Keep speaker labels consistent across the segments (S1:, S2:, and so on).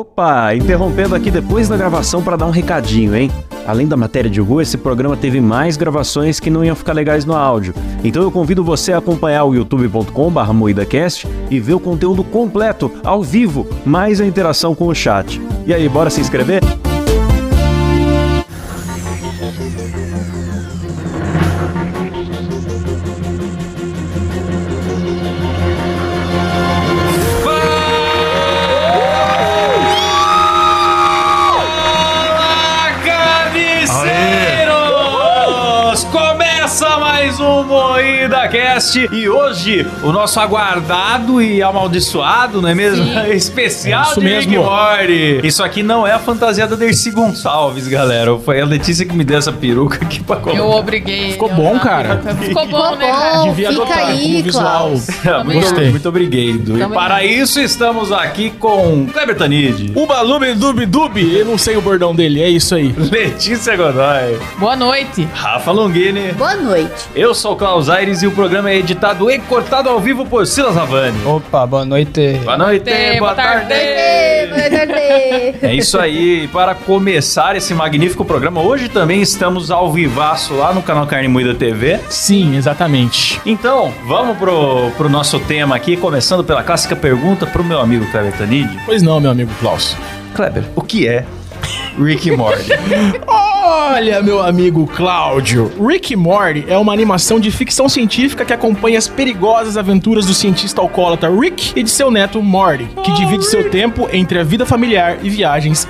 S1: Opa, interrompendo aqui depois da gravação para dar um recadinho, hein? Além da matéria de Hugo, esse programa teve mais gravações que não iam ficar legais no áudio. Então eu convido você a acompanhar o youtube.com.br moidacast e ver o conteúdo completo, ao vivo, mais a interação com o chat. E aí, bora se inscrever?
S2: Carniceiros! Começa mais um Moída Cast e hoje o nosso aguardado e amaldiçoado, não é mesmo? Especial
S3: É isso
S2: de Rick
S3: mesmo.
S2: Morty. Isso aqui não é a fantasia da Dercy Gonçalves, galera. Foi a Letícia que me deu essa peruca aqui pra colocar.
S4: Eu obriguei.
S3: Ficou
S4: ele
S3: bom,
S4: a usar.
S3: cara.
S4: Ficou bom, né? cara?
S3: Devia
S5: fica
S3: adotar como
S5: aí,
S3: visual.
S5: Klaus.
S2: muito,
S3: Gostei.
S2: muito obrigado. E
S4: Também
S2: para
S4: não.
S2: isso estamos aqui com Kleber Tanid,
S3: Uba lube dub dub. Eu não sei o bordão dele, é isso aí.
S2: Letícia Godoy,
S4: Boa noite.
S2: Rafa Longini.
S5: Boa noite.
S2: Eu sou o Klaus Aires e o programa é editado e cortado ao vivo por Silas Havani.
S6: Opa, boa noite.
S2: Boa noite, boa,
S4: Boa
S2: tarde.
S4: tarde.
S2: É isso aí, para começar esse magnífico programa, hoje também estamos ao vivaço lá no canal Carne Moída TV.
S3: Sim, exatamente.
S2: Então, vamos pro, pro nosso tema aqui, começando pela clássica pergunta pro meu amigo Kleber Tanid.
S3: Pois não, meu amigo Klaus.
S2: Kleber, o que é Rick and Morty?
S3: Olha, meu amigo Cláudio. Rick e Morty é uma animação de ficção científica que acompanha as perigosas aventuras do cientista alcoólatra Rick e de seu neto Morty, que divide seu tempo entre a vida familiar e viagens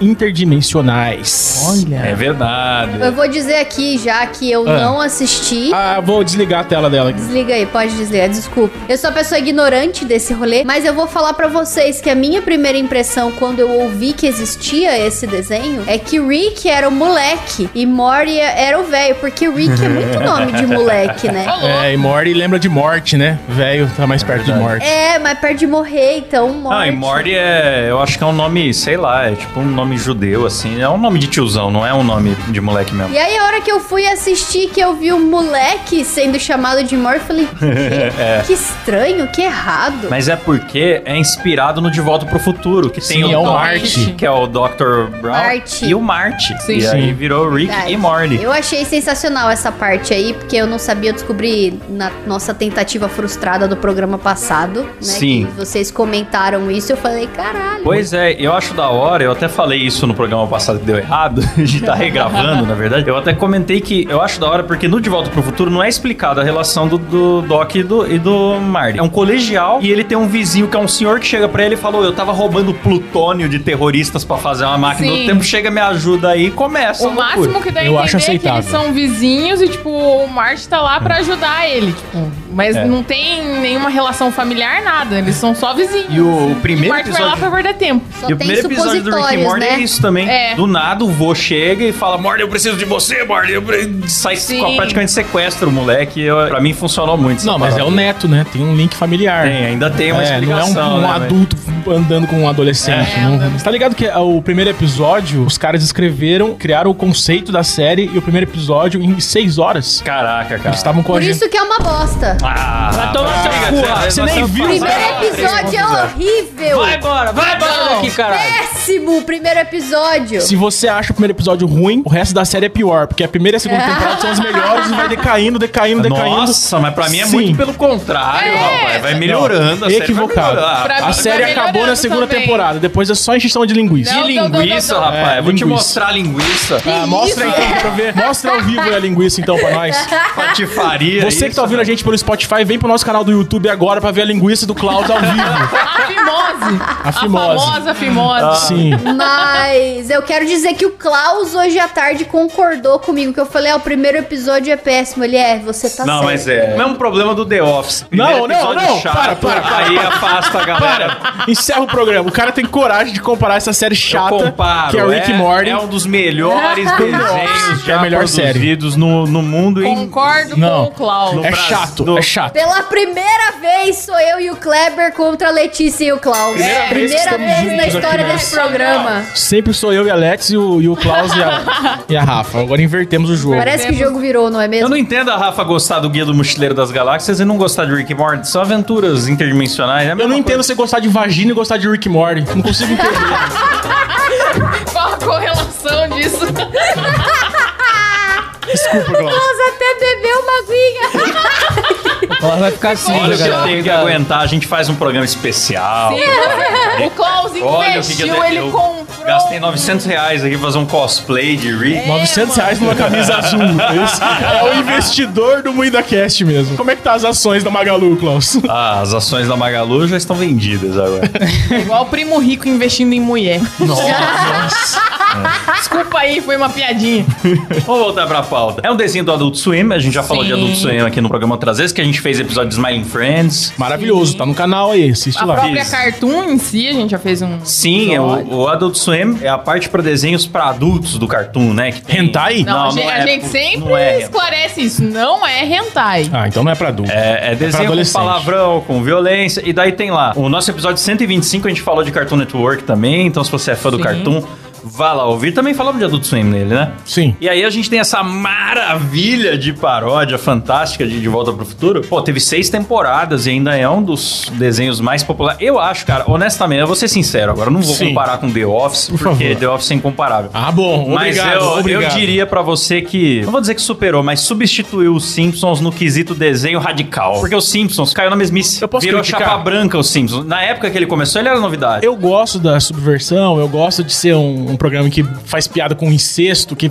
S3: interdimensionais.
S2: é verdade.
S5: Eu vou dizer aqui já que eu
S3: Ah.
S5: não assisti.
S3: Ah, vou desligar a tela dela aqui.
S5: Desliga aí, pode desligar, desculpa. Eu sou a pessoa ignorante desse rolê, mas eu vou falar pra vocês que a minha primeira impressão quando eu ouvi que existia esse desenho é que Rick era o moleque e Morty era o velho, porque Rick é muito nome de moleque, né?
S4: Falou.
S3: É, e Morty lembra de morte, né? Velho, tá mais perto de
S2: verdade.
S3: morte.
S5: É, mas perto de morrer, então Morty.
S2: Ah, e Morty é. Eu acho que é um nome, sei lá, é tipo um nome judeu, assim. É um nome de tiozão, não é um nome de moleque mesmo.
S5: E aí, a hora que eu fui assistir, que eu vi o moleque sendo chamado de Morty, eu falei, que,
S2: É.
S5: que estranho, que errado.
S2: Mas é porque é inspirado no De Volta pro Futuro, que tem
S3: Sim,
S2: o
S3: é o
S2: Doc,
S3: Marty.
S2: que é o Dr. Brown,
S5: Marte.
S2: e o Marty.
S4: Sim,
S2: e aí
S3: sim.
S2: virou Rick
S5: Verdade.
S2: e Morty.
S5: Eu achei sensacional essa parte aí, porque eu não sabia descobrir na nossa tentativa frustrada do programa passado, né?
S2: Sim.
S5: Que vocês comentaram isso, eu falei, caralho.
S2: Pois é, eu acho da hora, eu até falei isso no programa passado que deu errado, de tá regravando, na verdade. Eu até comentei que eu acho da hora porque no De Volta pro Futuro não é explicada a relação do, do Doc e do, e do Marty. É um colegial e ele tem um vizinho que é um senhor que chega pra ele e falou: Eu tava roubando plutônio de terroristas pra fazer uma máquina
S4: Sim.
S2: do tempo, chega, me ajuda aí e começa.
S4: O
S2: a loucura.
S4: máximo que dá a
S3: Eu acho
S4: entender é que
S3: aceitável. É.
S4: eles são vizinhos e, tipo, o Marte tá lá pra ajudar ele, tipo. Mas
S2: É.
S4: não tem nenhuma relação familiar, nada. Eles são só vizinhos.
S2: E o primeiro
S4: o Marte vai lá
S2: episódio-
S4: pra perder tempo.
S5: Só
S2: e o
S5: tem
S2: primeiro episódio do Rick and
S5: supositórios,
S2: Morty é
S5: né?
S2: isso também.
S4: É.
S2: Do nada o vô chega e fala: Morty, eu preciso de você, Morty. Eu pre- Sai
S4: Sim.
S2: com- praticamente sequestra o moleque. Eu, pra mim funcionou muito. essa
S3: Não, mas é
S2: parada.
S3: o neto, né? Tem um link familiar.
S2: Tem, ainda tem uma
S3: É, não é um,
S2: explicação.
S3: um
S2: né, mas-
S3: adulto andando com um adolescente.
S4: É,
S3: não-
S4: andando.
S3: Você tá ligado que ah, o primeiro episódio, os caras escreveram, criaram o conceito da série e o primeiro episódio em seis horas.
S2: Caraca, cara.
S3: Eles estavam com
S5: Por
S3: a gente.
S5: isso que é uma bosta.
S2: Ah,
S3: Vai tomar
S2: briga,
S3: seu cu,
S2: sério,
S3: você
S2: nós
S3: nem
S2: estamos
S3: viu.
S5: Primeiro
S2: falando-
S5: episódio é horrível.
S2: Vai embora, vai embora daqui, caralho.
S5: Péssimo primeiro episódio.
S3: Se você acha o primeiro episódio ruim, o resto da série é pior, porque a primeira e a
S4: É.
S3: segunda temporada são as melhores e vai decaindo, decaindo, decaindo.
S2: Nossa, mas pra mim é
S3: tá Sim.
S2: muito pelo contrário, rapaz. Vai melhorando. Ah, a série vai
S3: Equivocado.
S2: melhorar.
S4: Pra
S3: A
S4: mim,
S3: série
S4: tá
S3: acabou na
S4: melhorando
S3: segunda
S4: também.
S3: temporada, depois é só encheção de linguiça.
S4: Não,
S2: Que
S4: não, não, não,
S2: linguiça,
S4: não.
S2: rapaz.
S3: É,
S2: Vou te
S3: linguiça.
S2: mostrar a linguiça.
S3: Ah, mostra então pra ver. Mostra ao vivo aí a linguiça então pra nós.
S2: Patifaria.
S3: Você que tá
S2: né?
S3: ouvindo a gente pelo Spotify, vem pro nosso canal do YouTube agora pra ver a linguiça do Klaus ao vivo.
S4: A fimose.
S3: A fimose.
S4: famosa fimose.
S2: Ah.
S3: Sim.
S5: Mas eu quero dizer que o Klaus hoje à tarde concordou comigo, que eu falei, ah, o primeiro episódio é péssimo. Ele é, você tá
S2: não,
S5: certo.
S2: mas é. Mesmo problema do The Office. Primeiro
S3: Não, não,
S2: episódio
S3: não,
S2: Chato,
S3: para, para, para.
S2: Aí afasta a galera.
S3: Encerra o programa. O cara tem coragem de comparar essa série
S2: Eu
S3: chata,
S2: comparo.
S3: que é o Rick
S2: é,
S3: e Morty.
S2: É um dos melhores desenhos
S3: Que é
S2: já
S3: a melhor série.
S2: produzidos no, no mundo. em-
S4: Concordo
S3: Não.
S4: com o Klaus.
S2: no
S3: É
S2: Brasil-
S3: chato,
S2: no-
S3: é é chato.
S5: Pela primeira vez sou eu e o Kleber contra a Letícia e o Klaus.
S3: Primeira vez que
S5: primeira
S3: estamos
S5: vez
S3: juntos
S5: na
S3: aqui
S5: história
S2: né?
S3: nesse-
S5: desse programa.
S3: Sempre sou eu e a Alex e o, e o Klaus e a, e a Rafa. Agora invertemos o jogo.
S5: Parece que o jogo virou, não é
S2: Eu
S5: mesmo?
S2: não entendo a Rafa gostar do Guia do Mochileiro das Galáxias e não gostar de Rick and Morty. São aventuras interdimensionais. É a
S3: Eu não
S2: mesma
S3: entendo você gostar de vagina e gostar de Rick e Morty. Não consigo entender.
S4: Qual a correlação disso?
S3: Desculpa, Klaus.
S5: Klaus até bebeu uma aguinha.
S6: Ela vai ficar assim,
S2: Olha,
S6: galera.
S2: eu tenho que
S6: Cuidado.
S2: aguentar. A gente faz um programa especial.
S4: o Klaus
S2: Olha o que, que
S4: investiu,
S2: eu,
S4: ele
S2: eu
S4: comprou. É.
S2: Gastei 900 reais aqui pra fazer um cosplay de Rick.
S3: 900 É, reais numa camisa azul. Esse é o investidor do MuidaCast mesmo. Como é que tá as ações da Magalu, Klaus?
S2: Ah, as ações da Magalu já estão vendidas agora.
S4: É Igual o primo rico investindo em mulher. Desculpa aí, foi uma piadinha.
S2: Vamos voltar pra pauta. É um desenho do Adult Swim. A gente já falou de
S4: Sim.
S2: Adult Swim aqui no programa outras vezes, que a gente fez episódio de Smiling Friends.
S3: Maravilhoso, tá no canal aí, assiste
S4: A
S3: lá.
S4: própria
S2: Fiz.
S4: Cartoon em si, a gente já fez um.
S2: Sim, é o, o Adult Swim é a parte pra desenhos pra adultos do cartoon, né? Que tem-
S3: Hentai?
S4: Não,
S2: Não,
S4: a gente,
S2: não
S4: a
S2: é,
S4: gente
S2: pô,
S4: sempre
S2: não é.
S4: esclarece isso. Não é hentai.
S3: Ah, então não é pra adulto.
S2: É, é desenho com
S3: adolescente.
S2: palavrão, com violência. E daí tem lá. O nosso episódio 125 a gente falou de Cartoon Network também. Então, se você é fã do
S4: Sim.
S2: Cartoon, vá lá ouvir. Também falamos de Adult Swim nele, né?
S3: Sim.
S2: E aí a gente tem essa maravilha de paródia fantástica de De Volta pro Futuro. Pô, teve seis temporadas e ainda é um dos desenhos mais populares. Eu acho, cara, honestamente, eu vou ser sincero agora, eu não vou
S3: Sim.
S2: comparar com The Office,
S3: Por
S2: porque
S3: favor.
S2: The Office é incomparável.
S3: Ah, bom,
S2: Mas
S3: obrigado,
S2: eu, eu
S3: obrigado.
S2: diria pra você que. Não vou dizer que superou, mas substituiu os Simpsons no quesito desenho radical. Porque os Simpsons caiu na mesmice.
S3: Eu posso
S2: Virou
S3: criticar?
S2: chapa branca os Simpsons. Na época que ele começou, ele era novidade.
S3: Eu gosto da subversão, eu gosto de ser um, um programa que faz piada com incesto, que.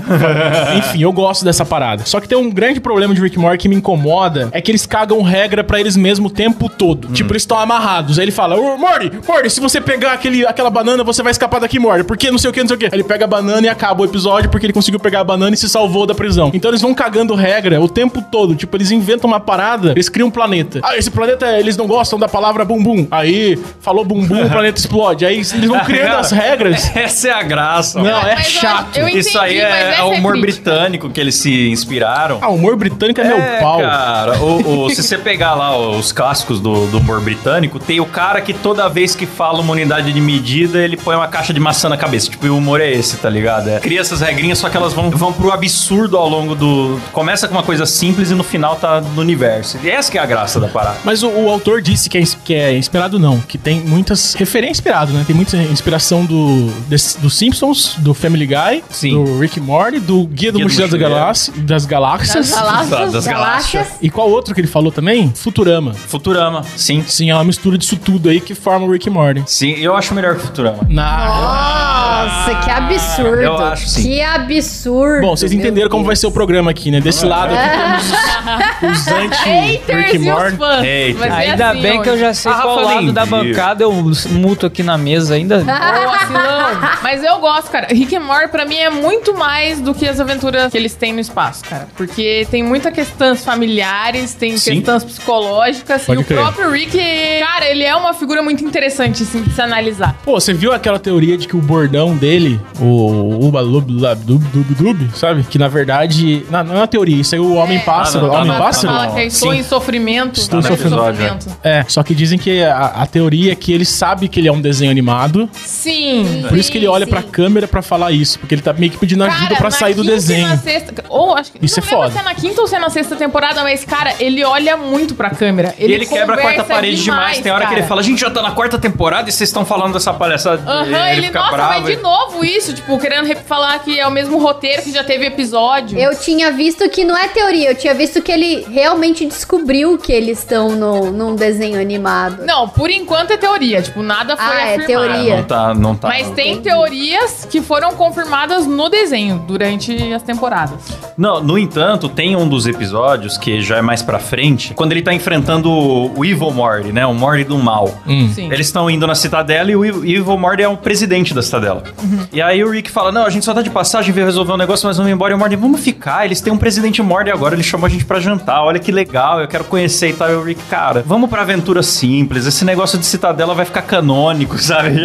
S3: Enfim, eu gosto dessa parada. Só que tem um grande problema de Rick and Morty que me incomoda, é que eles cagam regra pra eles mesmos o tempo todo.
S2: Hum.
S3: Tipo, eles estão amarrados. Aí ele fala, ô, Morty, Morty, se você pegar aquele, aquela banana, você vai escapar daqui, Morty. Porque não sei o que, não sei o que. Ele pega a banana e acaba o episódio porque ele conseguiu pegar a banana e se salvou da prisão. Então eles vão cagando regra o tempo todo. Tipo, eles inventam uma parada, eles criam um planeta. Ah, esse planeta, é- eles não gostam da palavra bumbum. Aí, falou bumbum, o planeta explode. Aí eles vão criando as regras.
S2: Essa é a graça.
S3: Não,
S2: mano.
S3: é
S4: Mas eu-
S3: chato.
S4: Eu entendi,
S2: Isso aí
S4: mas
S2: é,
S4: essa
S2: o humor
S4: crítica.
S2: britânico que eles se inspiraram.
S3: Ah, o humor britânico é, meu pau.
S2: Cara, o, o- se você pegar lá os clássicos do, do humor britânico, tem o cara que toda vez que fala uma unidade de medida, ele põe uma caixa de maçã na cabeça. Tipo, e o humor é esse, tá ligado? É, cria essas regrinhas, só que elas vão, vão pro absurdo ao longo do. Começa com uma coisa simples e no final tá no universo. E essa que é a graça da parada.
S3: Mas o, o autor disse que é, ins- que é inspirado, não. Que tem muitas. Referência inspirado, né? Tem muita inspiração do, desse- dos Simpsons, do Family Guy,
S2: Sim.
S3: do Rick and Morty, do Guia do
S2: Guia do
S3: Mochileiro das,
S2: Mochileiro.
S3: Galáxi- das Galáxias.
S5: Das galáxias,
S2: Das
S5: galáxias.
S3: E qual outro que ele falou também? Futurama.
S2: Futurama, sim.
S3: Sim, é uma mistura disso tudo aí que forma o Rick and Morty.
S2: Sim, eu acho melhor que Futurama.
S3: Na...
S5: Nossa, que absurdo.
S2: Eu acho, sim.
S5: Que absurdo.
S3: Bom, vocês
S5: meu
S3: entenderam como vai
S5: Deus. É.
S3: ser o programa aqui, né? Desse lado aqui temos os, os
S4: Haters
S3: anti-Rick
S4: e
S3: Ah, and
S4: os
S3: Morty.
S4: fãs.
S2: Haters.
S4: Vai ser
S6: Ainda
S4: assim
S6: bem que eu
S4: hoje.
S6: já sei
S2: A Rafa
S6: qual lado
S2: nem
S6: da
S2: viu.
S6: bancada eu muto aqui na mesa ainda.
S4: Boa, Silão. Mas eu gosto, cara. Rick and Morty pra mim é muito mais do que as aventuras que eles têm no espaço, cara. Porque tem muita questões familiares, tem
S2: Sim.
S4: questões psicolológicas.
S3: Pode
S4: e
S3: crer.
S4: o próprio Rick, cara, ele é uma figura muito interessante assim, de se analisar.
S3: Pô, você viu aquela teoria de que o bordão dele, o Uba Lub Lab Dub Dub Dub, sabe? Que na verdade. Não, não é uma teoria, isso aí o Homem Pássaro.
S2: Ah, não, não,
S3: homem
S2: não,
S3: Pássaro?
S4: Fala que é estou
S3: Tá Sim.
S4: em sofrimento.
S3: Estou
S2: em sofrimento.
S3: É, só que dizem que a, a teoria é que ele sabe que ele é um desenho animado,
S4: Sim.
S3: por isso que ele olha pra câmera pra falar isso, porque ele tá meio que pedindo ajuda
S4: Cara,
S3: pra
S4: na
S3: sair do
S4: quinta e na
S3: desenho.
S4: sexta- ou acho que
S3: Isso
S4: não
S3: é
S4: lembro
S3: foda.
S4: se é na quinta ou se é na sexta temporada, mas cara, ele olha muito pra câmera.
S2: E
S4: Ele,
S2: ele quebra a quarta
S4: conversa
S2: parede demais. Tem hora que
S4: cara.
S2: ele fala, a gente já tá na quarta temporada e vocês estão falando dessa palhaçada.
S4: Aham,
S2: E aí
S4: ele, nossa, mas de novo isso, tipo, querendo re- falar que é o mesmo roteiro que já teve episódio.
S5: Eu tinha visto que não é teoria, eu tinha visto que ele realmente descobriu que eles estão no, num desenho animado.
S4: Não, por enquanto é teoria, tipo, nada foi
S5: Ah, é
S4: afirmado.
S5: teoria.
S2: Não tá, não
S3: Ah,
S2: tá.
S4: Mas tem teorias que foram confirmadas no desenho durante as temporadas.
S2: Não, no entanto, tem um dos episódios que já é mais pra frente, quando ele tá enfrentando o o Evil Morty, né? O Morty do mal.
S3: Hum.
S4: Sim.
S2: Eles estão indo na Citadela e o Evil- Evil Morty é o presidente da Citadela. E aí o Rick fala, não, a gente só tá de passagem, veio resolver um negócio, mas vamos embora. E o Morty, vamos ficar, eles têm um presidente Morty agora, ele chamou a gente pra jantar, olha que legal, eu quero conhecer e tal. E o Rick, cara, vamos pra aventura simples, esse negócio de Citadela vai ficar canônico, sabe?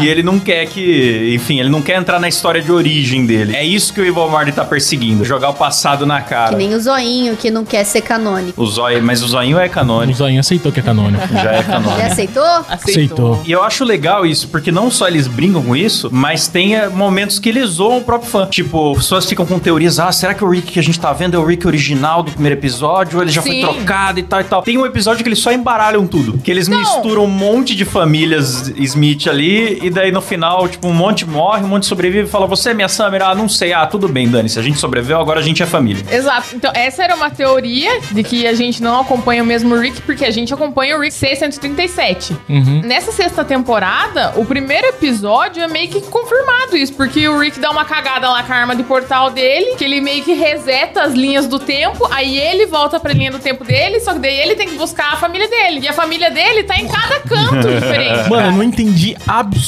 S2: e ele não quer que, enfim, ele não quer entrar na história de origem dele. É isso que o Evil Marty tá perseguindo, jogar o passado na
S5: Que
S2: cara.
S5: nem o zoinho que não quer ser canônico.
S2: O zóio, mas o zoinho é
S3: O
S2: canônico,
S3: Zoinho aceitou que é canônico.
S2: já é
S5: Ele
S2: canônico.
S5: aceitou?
S3: Aceitou.
S2: E eu acho legal isso, porque não só eles brincam com isso, mas tem eh, momentos que eles zoam o próprio fã. Tipo, pessoas ficam com teorias, ah, será que o Rick que a gente tá vendo é o Rick original do primeiro episódio? Ou ele já foi
S4: Sim.
S2: trocado e tal e tal. Tem um episódio que eles só embaralham tudo. Que eles
S4: Não.
S2: misturam um monte de famílias Smith ali, e daí no final, tipo, um monte morre, um monte sobrevive e fala, você é minha Summer? Ah, não sei. Ah, tudo bem, Dani, se a gente sobreviveu, agora a gente é família.
S4: Exato. Então, essa era uma teoria de que a gente não acompanha o mesmo Rick, porque a gente acompanha o Rick C-137.
S2: Uhum.
S4: Nessa sexta temporada, o primeiro episódio é meio que confirmado isso, porque o Rick dá uma cagada lá com a arma de portal dele, que ele meio que reseta as linhas do tempo, aí ele volta pra linha do tempo dele, só que daí ele tem que buscar a família dele. E a família dele tá em cada canto diferente.
S3: Mano, eu
S4: cara.
S3: não entendi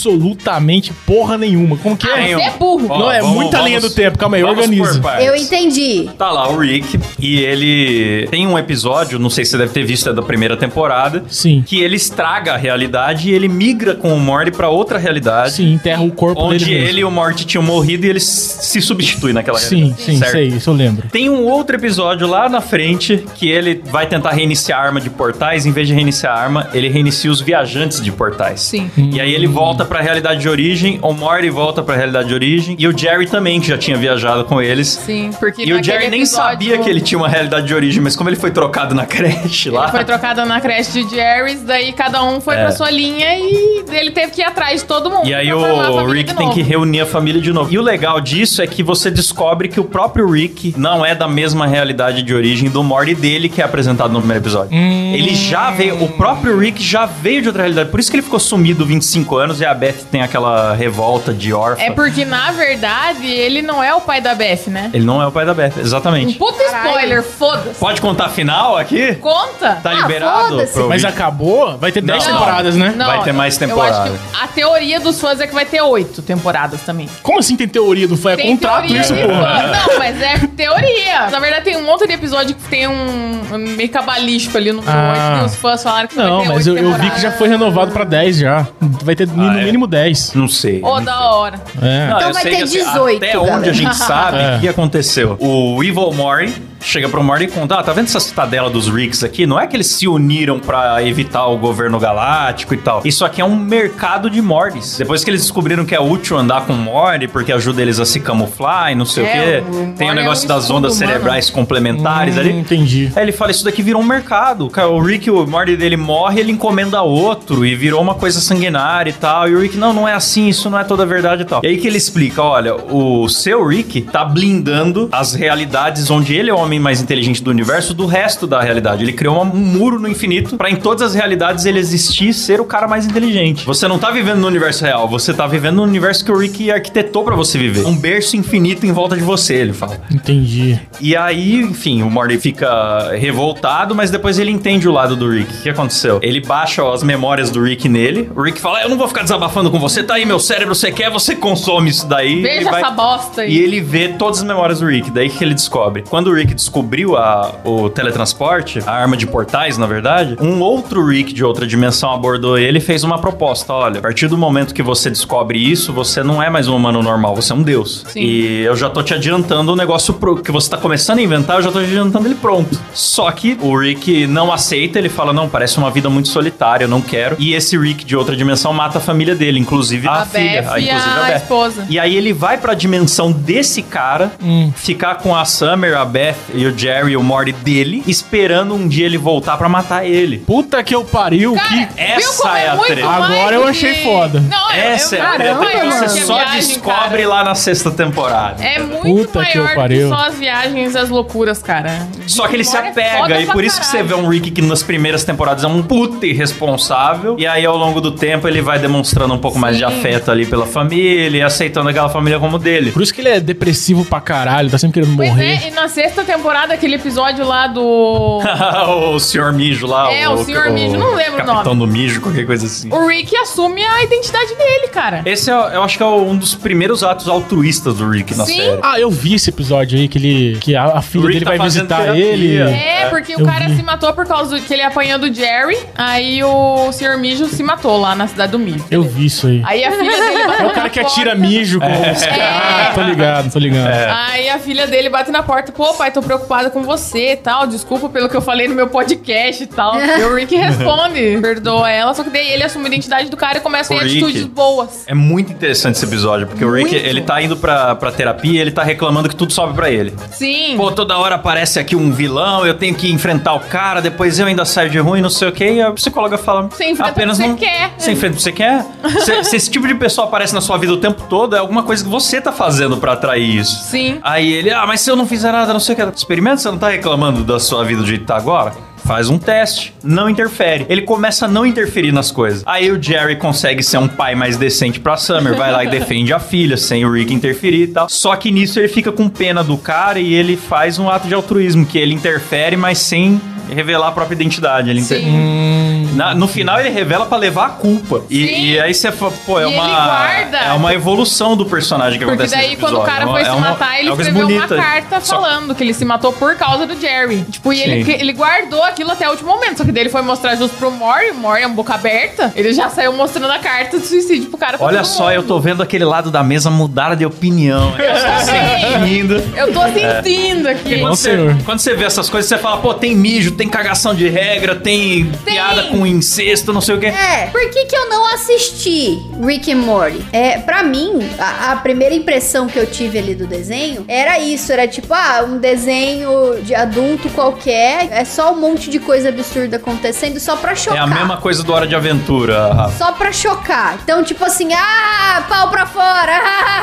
S3: absolutamente porra nenhuma. Como que
S4: Ah,
S3: é?
S4: você é burro.
S2: Ó,
S3: Não, é
S2: vamos-
S3: muita linha
S2: vamos-
S3: do tempo. Calma aí, eu
S2: vamos
S3: organizo.
S2: por partes.
S5: Eu entendi.
S2: Tá lá o Rick e ele tem um episódio, não sei se você deve ter visto, é da primeira temporada.
S3: Sim.
S2: Que ele estraga a realidade e ele migra com o Morty pra outra realidade.
S3: Sim, enterra o corpo
S2: Onde
S3: dele mesmo.
S2: ele e o Morty tinham morrido e ele s- se substitui naquela
S3: Sim,
S2: realidade.
S3: sim,
S2: certo?
S3: sei, isso eu lembro.
S2: Tem um outro episódio lá na frente que ele vai tentar reiniciar a arma de portais. Em vez de reiniciar a arma, ele reinicia os viajantes de portais.
S4: Sim.
S2: E aí
S3: Hum.
S2: ele volta pra realidade de origem, o Morty volta pra realidade de origem e o Jerry também, que já tinha viajado com eles.
S4: Sim, porque
S2: E o
S4: naquele
S2: Jerry nem
S4: episódio-
S2: sabia que ele tinha uma realidade de origem, mas como ele foi trocado na creche lá.
S4: Ele foi trocado na creche de Jerry's, daí cada um foi
S2: É.
S4: pra sua linha e ele teve que ir atrás de todo mundo.
S2: E aí
S4: pra formar a
S2: o
S4: família
S2: Rick
S4: de
S2: tem
S4: novo.
S2: que reunir a família de novo. E o legal disso é que você descobre que o próprio Rick não é da mesma realidade de origem do Morty dele que é apresentado no primeiro episódio. Ele já veio, o próprio Rick já veio de outra realidade. Por isso que ele ficou sumido 25 anos e a Beth tem aquela revolta de órfã.
S4: É porque, na verdade, ele não é o pai da Beth, né?
S2: Ele não é o pai da Beth,
S4: Um
S2: exatamente.
S4: puta spoiler, foda-se.
S2: Pode contar a final aqui?
S4: Conta!
S2: Tá
S5: Ah,
S2: liberado?
S5: foda-se.
S2: pro
S3: Mas
S2: Rick?
S3: acabou? Vai ter 10
S2: Não.
S3: temporadas, né?
S4: Não,
S2: Vai ter mais
S4: eu- eu acho que
S2: temporada.
S4: a teoria dos fãs é que vai ter oito temporadas também.
S3: Como assim tem teoria do fã? É
S2: um
S3: contrato isso,
S4: de
S3: porra.
S4: fã. Não, mas é teoria. Na verdade, tem um monte de episódio que tem um um meio cabalístico ali no
S3: Ah.
S4: ah. que os fãs falaram que vai
S3: Não,
S4: ter
S3: mas
S4: oito
S3: eu, eu vi que
S4: temporadas.
S3: já foi renovado pra 10 já. Vai ter no
S2: é?
S3: mínimo 10.
S2: Não sei.
S4: Ô, da hora.
S3: É.
S2: Não,
S5: Então
S2: eu
S5: vai
S2: sei
S5: ter
S2: que, assim,
S5: 18,
S2: Até
S5: galera.
S2: onde a gente sabe o
S3: É.
S2: que aconteceu. O Evil Mori chega pro Mori e conta, ah, tá vendo essa citadela dos Ricks aqui? Não é que eles se uniram pra evitar o governo galáctico e tal. Isso aqui é um mercado de Mordes. Depois que eles descobriram que é útil andar com Mori, porque ajuda eles a se camuflar e não sei
S4: É,
S2: o
S4: o
S2: quê. Tem o
S4: Mori é
S2: negócio
S4: um
S2: das
S4: escudo
S2: ondas
S4: humano.
S2: cerebrais complementares
S3: Hum,
S2: ali.
S3: Entendi.
S2: Aí ele fala, isso daqui virou um mercado. Cara, O Rick, o Morty dele morre, ele encomenda outro e virou uma coisa sanguinária e tal. E o Rick, não, não é assim, isso não é toda a verdade e tal. E aí que ele explica, olha, o seu Rick tá blindando as realidades onde ele é o homem mais inteligente do universo do resto da realidade. Ele criou uma- um muro no infinito pra em todas as realidades ele existir e ser o cara mais inteligente. Você não tá vivendo no universo real, você tá vivendo no universo que o Rick arquitetou pra você viver. Um berço infinito em volta de você, ele fala.
S3: Entendi.
S2: E aí, enfim, o Morty fica revoltado, mas depois ele entende o lado do Rick. O que aconteceu? Ele baixa as memórias do Rick nele. O Rick fala: Eu não vou ficar desabafando com você, tá aí meu cérebro, você quer, você consome isso daí.
S4: Veja
S2: Ele vai-
S4: essa bosta aí.
S2: E ele vê todas as memórias do Rick. Daí que ele descobre. Quando o Rick descobriu a- o teletransporte, a arma de portais, na verdade, um outro Rick de outra dimensão abordou ele e fez uma proposta. Olha, a partir do momento que você descobre isso, você não é mais um humano normal, você é um deus.
S4: Sim.
S2: E eu já tô te adiantando o negócio pro, que você tá começando a inventar, eu já tô te adiantando ele pronto. Só que o Rick não aceita, ele fala, não, parece uma vida muito solitária, eu não quero. E esse Rick de outra dimensão mata a família dele, inclusive a,
S4: A
S2: filha,
S4: Beth
S2: a-
S4: e
S2: inclusive
S4: a
S2: Beth.
S4: esposa.
S2: E aí ele vai pra dimensão desse cara, ficar com a Summer, a Beth e o Jerry, o Morty dele, esperando um dia ele voltar pra matar ele.
S3: Puta que eu pariu,
S4: Cara,
S3: que.
S4: viu
S2: essa
S4: como
S2: é a
S4: muito
S2: treta.
S4: mais
S3: Agora eu
S4: do
S3: achei
S4: que-
S3: foda.
S4: Não, é,
S2: Essa é
S4: é
S2: a
S4: muito
S2: treta que
S4: maior
S2: você
S4: que a
S2: só
S4: viagem,
S2: descobre
S4: cara.
S2: lá na sexta temporada.
S4: É muito
S3: Puta que eu
S4: maior que,
S3: pariu.
S4: só as viagens e as loucuras, cara.
S2: Só que ele se
S4: Rick and Morty é foda
S2: apega, e
S4: pra
S2: por isso que você
S4: caralho.
S2: vê um Rick que nas primeiras temporadas é um puta irresponsável, e aí ao longo do tempo ele vai demonstrando um pouco mais de afeto ali pela família, e aceitando aquela família como dele.
S3: Por isso que ele é depressivo pra caralho, tá sempre querendo
S4: Pois
S3: morrer.
S4: é, e na sexta temporada, aquele episódio lá do.
S2: o senhor mijo lá.
S4: É, o senhor mijo, não lembro o
S2: Capitão do mijo, qualquer coisa assim.
S4: O Rick assume a identidade dele, cara.
S2: Esse é, eu acho que é um dos primeiros atos altruístas do Rick na
S4: Sim.
S2: série.
S3: Ah, eu vi esse episódio aí que ele. Que a, a filha
S2: Rick
S3: dele
S2: tá
S3: vai
S2: fazendo
S3: visitar
S2: terapia.
S3: ele.
S4: É, porque o
S3: eu
S4: cara
S3: vi.
S4: se matou por causa do, que ele apanhou do Jerry, aí o Sr. Mijo se matou lá na cidade do Mijo.
S3: Eu vi isso aí.
S4: Aí É. a filha dele bateu
S3: É o cara que
S4: na porta.
S3: atira mijo com os caras. Ah, Tô ligado, tô ligado.
S2: É.
S4: Aí a filha dele bate na porta, pô, pai, tô preocupada com você e tal, desculpa pelo que eu falei no meu podcast e tal. E o Rick responde, perdoa ela, só que daí ele assume a identidade do cara e começa a ter
S2: O Rick.
S4: atitudes boas.
S2: É muito interessante esse episódio, porque o Rick,
S4: Muito.
S2: ele tá indo pra, pra terapia e ele tá reclamando que tudo sobe pra ele.
S4: Sim.
S2: É. Pô, toda hora aparece aqui um vilão, eu tenho que enfrentar o cara, depois eu ainda saio de ruim, não sei o que, e a psicóloga fala.
S4: Você enfrenta
S2: apenas
S4: o que
S2: não-
S4: você quer."
S2: Você enfrenta o que você quer? se, se esse tipo de pessoa aparece na sua vida o tempo todo, é alguma coisa que você tá fazendo pra atrair isso.
S4: Sim.
S2: Aí ele, ah, mas se eu não fizer nada, não sei o que. Experimenta, você não tá reclamando da sua vida do jeito que tá agora? Faz um teste, não interfere. Ele começa a não interferir nas coisas. Aí o Jerry consegue ser um pai mais decente pra Summer, vai lá e defende a filha, sem o Rick interferir e tal. Só que nisso ele fica com pena do cara e ele faz um ato de altruísmo, que ele interfere, mas sem revelar a própria identidade. Ele inter- Hum.
S4: Sim.
S2: Na- no final ele revela pra levar a culpa. E,
S4: Sim.
S2: e aí você fala, pô, é
S4: E ele
S2: uma.
S4: guarda.
S2: É uma evolução do personagem que
S4: Porque
S2: acontece
S4: daí,
S2: nesse
S4: quando o
S2: episódio.
S4: cara
S2: É uma-
S4: foi
S2: é
S4: se
S2: uma-
S4: matar,
S2: é
S4: ele
S2: uma coisa
S4: escreveu
S2: bonita.
S4: uma carta
S2: Só-
S4: falando que ele se matou por causa do Jerry. Tipo, e ele,
S2: Sim.
S4: ele guardou aquilo até o último momento. Só que daí ele foi mostrar justo pro Mori, o Mori é um boca aberta. Ele já saiu mostrando a carta de suicídio pro cara. pra
S2: Olha
S4: todo
S2: só,
S4: mundo.
S2: eu tô vendo aquele lado da mesa mudar de opinião. Eu tô sentindo. É.
S4: Eu tô sentindo aqui.
S2: Quando você,
S3: senhor.
S2: quando você vê essas coisas, você fala, pô, tem mijo, tem cagação de regra, tem, piada com incesto, não sei o quê.
S5: É, por que, que eu não assisti Rick and Morty? É, pra mim, a, a primeira impressão que eu tive ali do desenho era isso, era tipo, ah, um desenho de adulto qualquer, é só um monte de coisa absurda acontecendo só pra
S2: É
S5: chocar.
S2: a mesma coisa do Hora de Aventura, Rafa.
S5: Só pra chocar. Então, tipo assim, ah, pau pra fora, ah, ah,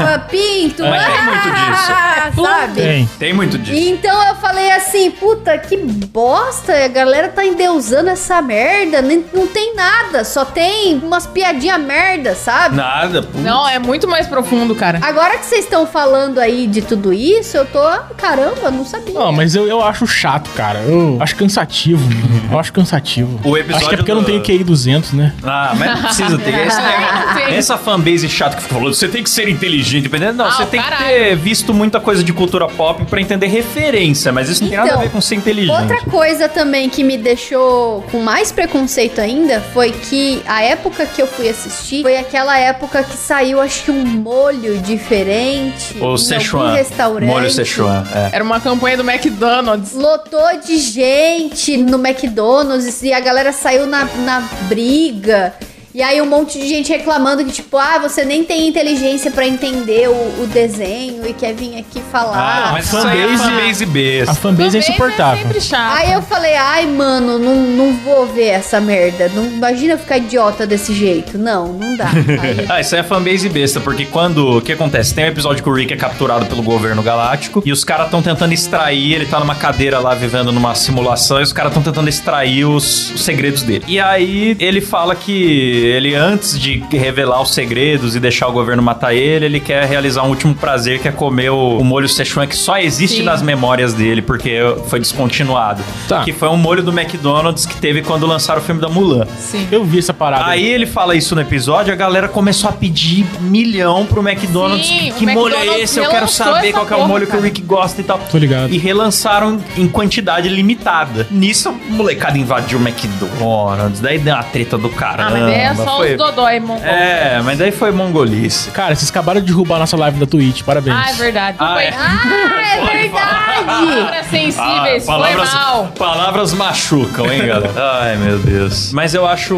S5: ah, ah, pinto,
S2: Mas tem
S5: ah,
S2: É, muito disso. É,
S5: ah, sabe?
S3: Tem.
S2: Tem muito disso.
S5: Então eu falei assim, puta, que bosta, a galera tá endeusando essa merda, nem- não tem nada, só tem umas piadinhas merda, sabe?
S2: Nada, pô.
S4: Não, é muito mais profundo, cara.
S5: Agora que vocês estão falando aí de tudo isso, eu tô, caramba, não sabia.
S3: Não, mas eu, eu acho chato, cara.
S4: Hum.
S3: Eu acho cansativo. mano. Eu acho cansativo.
S2: O episódio
S3: acho que é porque eu não
S2: do-
S3: tenho QI 200, né?
S2: Ah, mas não precisa ter. Esse negócio-
S4: Sim.
S2: essa fanbase chata que falou, você tem que ser inteligente, dependendo. Não,
S4: Ah,
S2: você
S4: o
S2: tem que
S4: caralho.
S2: ter visto muita coisa de cultura pop pra entender referência, mas isso não tem nada
S5: Então,
S2: a ver com ser inteligente.
S5: Outra coisa também que me deixou com mais preconceito ainda foi que a época que eu fui assistir foi aquela época que saiu, acho que um molho diferente. em algum
S2: O Szechuan.
S5: restaurante.
S2: Molho Szechuan, é.
S4: Era uma campanha do McDonald's.
S5: Lotou de gente no McDonald's e a galera saiu na, na briga. E aí um monte de gente reclamando que, tipo, ah, você nem tem inteligência pra entender o, o desenho e quer vir aqui falar.
S2: Ah, mas fanbase,
S3: fanbase-
S2: fanbase
S3: A
S2: besta.
S3: fanbase é
S4: Também É
S3: insuportável.
S4: sempre chato.
S5: Aí eu falei, ai, mano, não, não vou ver essa merda. Não, imagina eu ficar idiota desse jeito. Não, não dá. Aí-
S2: Ah, isso aí é fanbase besta, porque quando. O que acontece? Tem um episódio que o Rick é capturado pelo governo galáctico e os caras estão tentando extrair. Ele tá numa cadeira lá vivendo numa simulação e os caras estão tentando extrair os, os segredos dele. E aí ele fala que ele, antes de revelar os segredos e deixar o governo matar ele, ele quer realizar um último prazer que é comer o, o molho Szechuan que só existe
S4: Sim.
S2: nas memórias dele, porque foi descontinuado.
S3: Tá.
S2: Que foi um molho do McDonald's que teve quando lançaram o filme da Mulan.
S4: Sim.
S3: Eu vi essa parada.
S2: Aí ele fala isso no episódio, a galera começou a pedir milhão pro McDonald's.
S4: Sim,
S2: que
S4: o
S2: molho é
S4: McDonald's
S2: esse? Eu quero
S4: relançou
S2: saber
S4: essa
S2: qual que é o
S4: porra,
S2: molho que
S4: cara.
S2: o Rick gosta e tal.
S3: Tô ligado.
S2: E relançaram em quantidade limitada. Nisso, a molecada invadiu o McDonald's, daí deu uma treta do
S4: Ah,
S2: caramba.
S4: mas daí é só
S2: foi-
S4: os Dodói, mongol.
S2: É, mas daí foi mongolice.
S3: Cara, vocês acabaram de derrubar a nossa live da Twitch. Parabéns.
S4: Ah, é verdade.
S2: Ah,
S4: Foi-
S2: é.
S5: ah, é verdade!
S4: Palavras sensíveis, foi mal.
S2: palavras machucam, hein, galera? Ai, meu Deus. Mas eu acho,